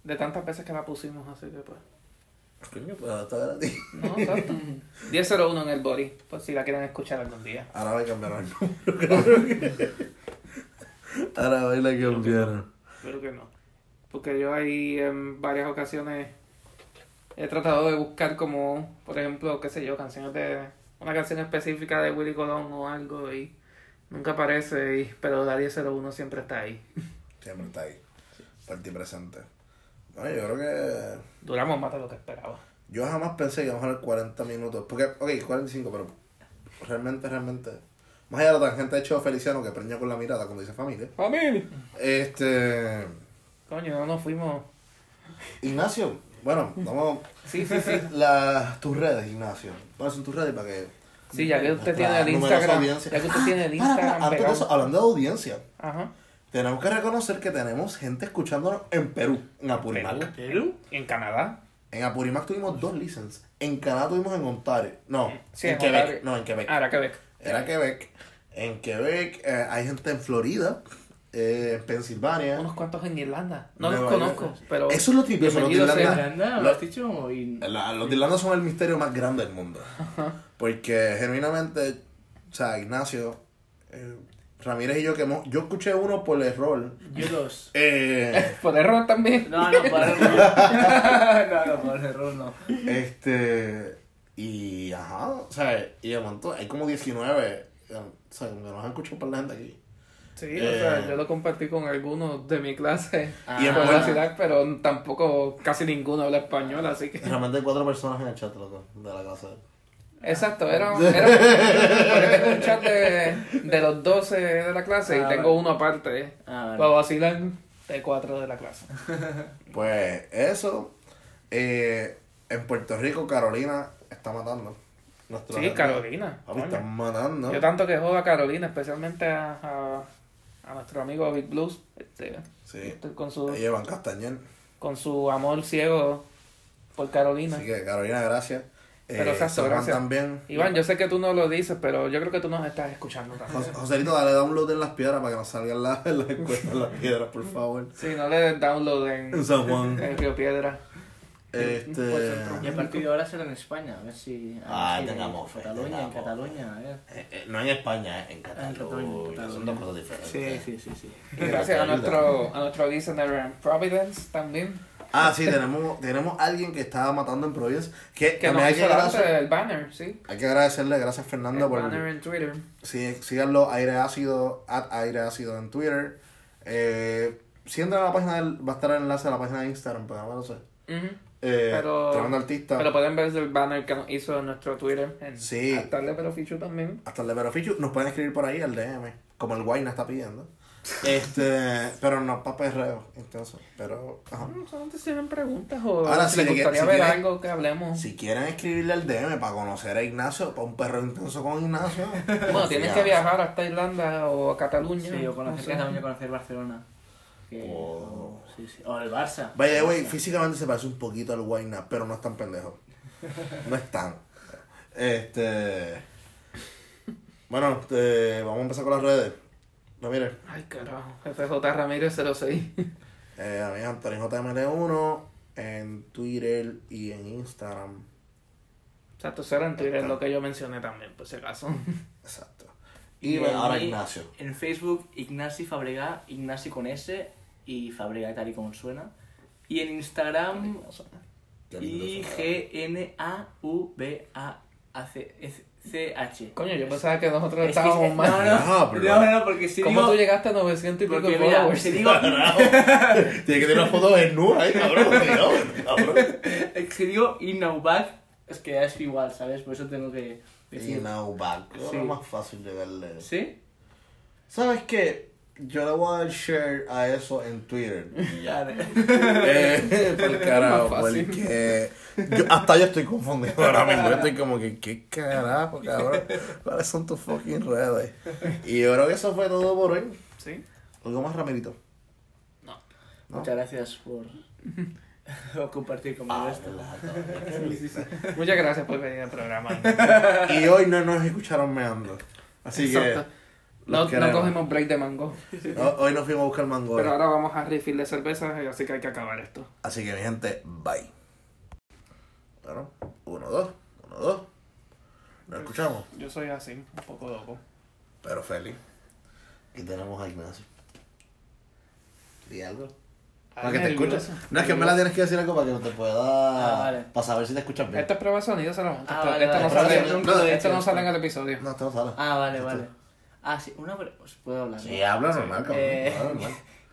Speaker 2: De tantas veces que la pusimos, así que pues.
Speaker 1: Coño, pues ahora está gratis.
Speaker 2: No, exacto. 1001 en el body, por si la quieren escuchar algún día.
Speaker 1: Ahora me cambiaron el número, cabrón. Ahora baila que cambiaron.
Speaker 2: Espero que no. Porque yo ahí en varias ocasiones he tratado de buscar como, por ejemplo, qué sé yo, canciones de... Una canción específica de Willy Colón o algo y nunca aparece, y- pero la 1001 siempre está ahí.
Speaker 1: Siempre está ahí. Party presente. No, yo creo que.
Speaker 2: Duramos más de lo que esperaba.
Speaker 1: Yo jamás pensé que íbamos a hablar 40 minutos. Porque, ok, 45, pero realmente, realmente. Más allá de la tangente de Cheo Feliciano que preña con la mirada cuando dice familia.
Speaker 2: ¡Familia!
Speaker 1: Este.
Speaker 2: Coño, no nos fuimos.
Speaker 1: Ignacio, bueno, vamos.
Speaker 2: Mm. Sí, sí, sí.
Speaker 1: Las, tus redes, Ignacio. ¿Cuáles son tus redes para que.
Speaker 2: Sí, ya que
Speaker 1: nuestra
Speaker 2: usted tiene el
Speaker 1: numerosa
Speaker 2: Instagram.
Speaker 1: audiencia-
Speaker 2: Ya que usted tiene el
Speaker 1: Para, para,
Speaker 2: Instagram
Speaker 1: antes de eso,
Speaker 2: pegado.
Speaker 1: hablando de audiencia,
Speaker 2: Ajá.
Speaker 1: tenemos que reconocer que tenemos gente escuchándonos en Perú, en Apurímac.
Speaker 2: Perú. En Canadá.
Speaker 1: En Apurímac tuvimos dos licenses. En Canadá tuvimos en Ontario. No,
Speaker 2: Sí,
Speaker 1: en,
Speaker 2: en
Speaker 1: Quebec.
Speaker 2: Ontario.
Speaker 1: No, en Quebec.
Speaker 2: Ahora Ah, Quebec.
Speaker 1: Era Quebec. En Quebec eh, hay gente en Florida, eh, en Pensilvania.
Speaker 2: Unos cuantos en Irlanda. No
Speaker 1: Nueva
Speaker 2: los conozco,
Speaker 1: York.
Speaker 2: pero.
Speaker 1: Eso es lo típico, los de
Speaker 2: bienvenido sea.
Speaker 1: Irlanda.
Speaker 3: Irlanda,
Speaker 1: Lo-
Speaker 3: ¿lo has dicho? Y...
Speaker 1: La- los de Irlanda son el misterio más grande del mundo. Porque genuinamente, o sea, Ignacio, eh, Ramírez y yo que hemos- Yo escuché uno por error.
Speaker 3: Yo dos.
Speaker 1: Eh,
Speaker 2: Por error también.
Speaker 3: No, no, por error. no, no, por error no.
Speaker 1: este. Y ajá, o sea, y de momento hay como 19. eh, O sea, como que nos han escuchado para la gente aquí.
Speaker 2: Sí, o
Speaker 1: Eh. Ah.
Speaker 2: sea, yo lo compartí con algunos de mi clase
Speaker 1: Y en
Speaker 2: por
Speaker 1: buena-
Speaker 2: la ciudad, pero tampoco casi ninguno habla español, así que.
Speaker 1: Realmente hay cuatro personas en el chat, loco, de la casa.
Speaker 2: Exacto, era, era, era un chat de, de los 12 de la clase y
Speaker 3: Ah,
Speaker 2: tengo
Speaker 3: vale.
Speaker 2: uno aparte.
Speaker 3: Ah,
Speaker 2: Para
Speaker 3: vale.
Speaker 2: vacilar de cuatro de la clase.
Speaker 1: Pues eso. eh, en Puerto Rico, Carolina está matando. Nuestra
Speaker 2: Sí,
Speaker 1: gente.
Speaker 2: Carolina.
Speaker 1: Papi,
Speaker 2: coño.
Speaker 1: están matando.
Speaker 2: Yo tanto que jodo a Carolina, especialmente a, a, a nuestro amigo Big Blues, este,
Speaker 1: Sí.
Speaker 2: con, su,
Speaker 1: Llevan Castañer.
Speaker 2: con su amor ciego por Carolina.
Speaker 1: Así que Carolina, gracias. Eh,
Speaker 2: Pero exacto,
Speaker 1: San Juan
Speaker 2: gracias.
Speaker 1: también.
Speaker 2: Iván, yo sé que tú no lo dices, pero yo creo que tú nos estás escuchando
Speaker 1: Jos-
Speaker 2: también.
Speaker 1: Joselito, dale download en las piedras para que nos salgan las, las encuestas en las piedras, por favor.
Speaker 2: Sí, no le des download en,
Speaker 1: En San Juan.
Speaker 2: en Río Piedra. Por
Speaker 1: Este.
Speaker 2: centro.
Speaker 3: Y a partir de ahora será en España, a ver si.
Speaker 1: Ah,
Speaker 3: a ver si
Speaker 1: tengamos fe,
Speaker 3: En Cataluña,
Speaker 1: tengamos
Speaker 3: en Cataluña, a ver.
Speaker 1: Eh, eh, no en España, eh, en
Speaker 3: Ah, en Cataluña, en Cataluña. Sí, sí, sí, sí.
Speaker 2: Gracias a nuestro, a nuestro listener en Providence también,
Speaker 1: Ah, sí, tenemos, tenemos alguien que estaba matando en Providence. Que,
Speaker 2: que
Speaker 1: también
Speaker 2: nos
Speaker 1: hay que
Speaker 2: hizo el arte
Speaker 1: agradecer-
Speaker 2: del banner, ¿sí?
Speaker 1: Hay que agradecerle, gracias
Speaker 2: El
Speaker 1: Fernando por
Speaker 2: banner en Twitter.
Speaker 1: sí, síganlo aire ácido, at aire ácido en Twitter. Eh, si entran a la página del- va a estar el enlace a la página de Instagram, pero no lo sé.
Speaker 2: Ujú.
Speaker 1: Eh,
Speaker 2: Pero-
Speaker 1: tremendo artista.
Speaker 2: Pero pueden ver el banner que nos hizo en nuestro Twitter. En
Speaker 1: Sí.
Speaker 2: Al Tarde Pero Fichu también.
Speaker 1: Hasta el de Verofichu, nos pueden escribir por ahí al DM, como el Guayna está pidiendo. Este, pero no para perreo, entonces, pero ajá.
Speaker 2: No, solamente si tienen preguntas o
Speaker 1: Ahora,
Speaker 2: si
Speaker 1: si
Speaker 2: les
Speaker 1: le que-
Speaker 2: gustaría
Speaker 1: si
Speaker 2: ver
Speaker 1: quieren-
Speaker 2: algo que hablemos.
Speaker 1: Si quieren escribirle al DM para conocer a Ignacio, para un perro intenso con Ignacio.
Speaker 2: Bueno, tienes
Speaker 1: ya.
Speaker 2: que viajar hasta Irlanda o a Cataluña.
Speaker 3: Sí, o
Speaker 2: no
Speaker 3: conocer
Speaker 2: sé.
Speaker 3: Cataluña, conocer Barcelona. Que-
Speaker 1: Oh.
Speaker 3: sí, sí. O el Barça.
Speaker 1: Vaya, güey, físicamente se parece un poquito al Guayna, pero no es tan pendejo. No es tan. Este. Bueno, este, vamos a empezar con las redes. No, mire,
Speaker 2: Ay, carajo. FJ Ramírez 06.
Speaker 1: eh, a mí es Antonio JML1 en Twitter y en Instagram.
Speaker 2: Exacto, eso era en Twitter lo que yo mencioné también, por si acaso.
Speaker 1: Exacto. Y,
Speaker 3: ahí,
Speaker 1: ahora Ignacio.
Speaker 3: En Facebook, Ignasi Fabregá, Ignasi con S y Fabregá tal y como suena. Y en Instagram,
Speaker 1: Qué lindo eso,
Speaker 3: E I-G-N-A-V-A-C-H.
Speaker 2: Coño, yo pensaba que nosotros
Speaker 3: Es que-
Speaker 2: estábamos más.
Speaker 3: No, no,
Speaker 1: Diablo.
Speaker 3: no, no, porque si
Speaker 2: ¿Cómo
Speaker 3: digo...
Speaker 2: tú llegaste a 900 y pico
Speaker 3: porque mira,
Speaker 2: followers?
Speaker 3: si digo,
Speaker 1: cabrón. Tiene que tener una foto desnuda ahí, cabrón. cuidado, cabrón.
Speaker 3: si digo in now back, es que es igual, ¿sabes? Por eso tengo que
Speaker 1: Y
Speaker 3: decir...
Speaker 1: now back. Es
Speaker 3: Sí.
Speaker 1: más fácil llegarle.
Speaker 3: ¿Sí?
Speaker 1: ¿Sabes qué? Yo le voy a dar share a eso en Twitter. Y ya.
Speaker 3: Vale.
Speaker 1: Eh, por carajo,
Speaker 2: Más fácil.
Speaker 1: porque yo, hasta yo estoy confundido ahora mismo. Yo estoy como que, ¿qué carajo, cabrón? ¿Cuáles son tus fucking redes? Y yo creo que eso fue todo por hoy.
Speaker 2: Sí.
Speaker 1: Algo más, Ramirito.
Speaker 3: Muchas gracias por o compartir conmigo
Speaker 1: Ah,
Speaker 2: este
Speaker 3: esto.
Speaker 1: verdad, cabrón, qué feliz.
Speaker 2: Muchas gracias por venir al programa.
Speaker 1: Y hoy no nos escucharon meando. Así
Speaker 2: Exacto. No,
Speaker 1: los
Speaker 2: no
Speaker 1: queremos.
Speaker 2: cogimos break de mango.
Speaker 1: que ho- hoy nos fuimos a buscar mango.
Speaker 2: Pero ahora vamos a refill de cerveza, así que hay que acabar esto.
Speaker 1: Así que mi gente, bye. Bueno, uno, dos, uno, dos. Nos escuchamos.
Speaker 2: Yo soy así, un poco loco.
Speaker 1: Pero feliz. Y tenemos a Ignacio. Di algo. Para que te escuches. No, es que me la tienes que decir algo para que te pueda.
Speaker 3: Ah, vale.
Speaker 1: Para saber si te escuchas bien.
Speaker 2: Esto es prueba de sonido solamente.
Speaker 3: Ah,
Speaker 2: Esto-
Speaker 3: vale,
Speaker 2: esto
Speaker 3: vale.
Speaker 2: no
Speaker 1: Prueba de
Speaker 2: sale-
Speaker 1: sonido.
Speaker 2: esto
Speaker 1: No,
Speaker 2: esto no sale en el episodio.
Speaker 1: No, esto no sale.
Speaker 3: Ah, vale,
Speaker 1: Esto-
Speaker 3: vale. Ah, sí, una pre- Os puedo hablar.
Speaker 1: Sí,
Speaker 3: ¿no?
Speaker 1: habla normal, cabrón.
Speaker 3: Eh,
Speaker 1: habla normal.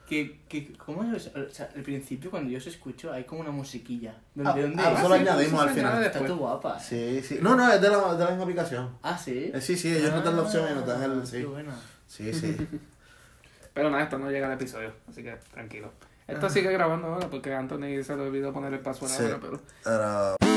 Speaker 3: que, que, ¿Cómo es? O sea, al principio cuando yo os escucho hay como una musiquilla. ¿De
Speaker 1: Ah,
Speaker 3: dónde
Speaker 1: ah,
Speaker 3: es?
Speaker 1: solo
Speaker 2: sí,
Speaker 1: añadimos
Speaker 2: sí,
Speaker 1: al
Speaker 2: sí,
Speaker 1: final.
Speaker 2: añade.
Speaker 3: Está
Speaker 2: después.
Speaker 3: todo guapa. eh.
Speaker 1: Sí, sí. No, no, es de la, de la misma aplicación.
Speaker 3: Ah, sí.
Speaker 1: Eh, sí, sí, ellos no te dan la opción y no te dan el.
Speaker 3: Ah,
Speaker 1: Sí,
Speaker 3: Qué buena.
Speaker 1: sí. sí.
Speaker 2: Pero nada, esto no llega al episodio, así que tranquilo. Esto sigue grabando ahora porque Anthony se le olvidó poner el password
Speaker 1: Sí.
Speaker 2: ahora, pero...
Speaker 1: Era-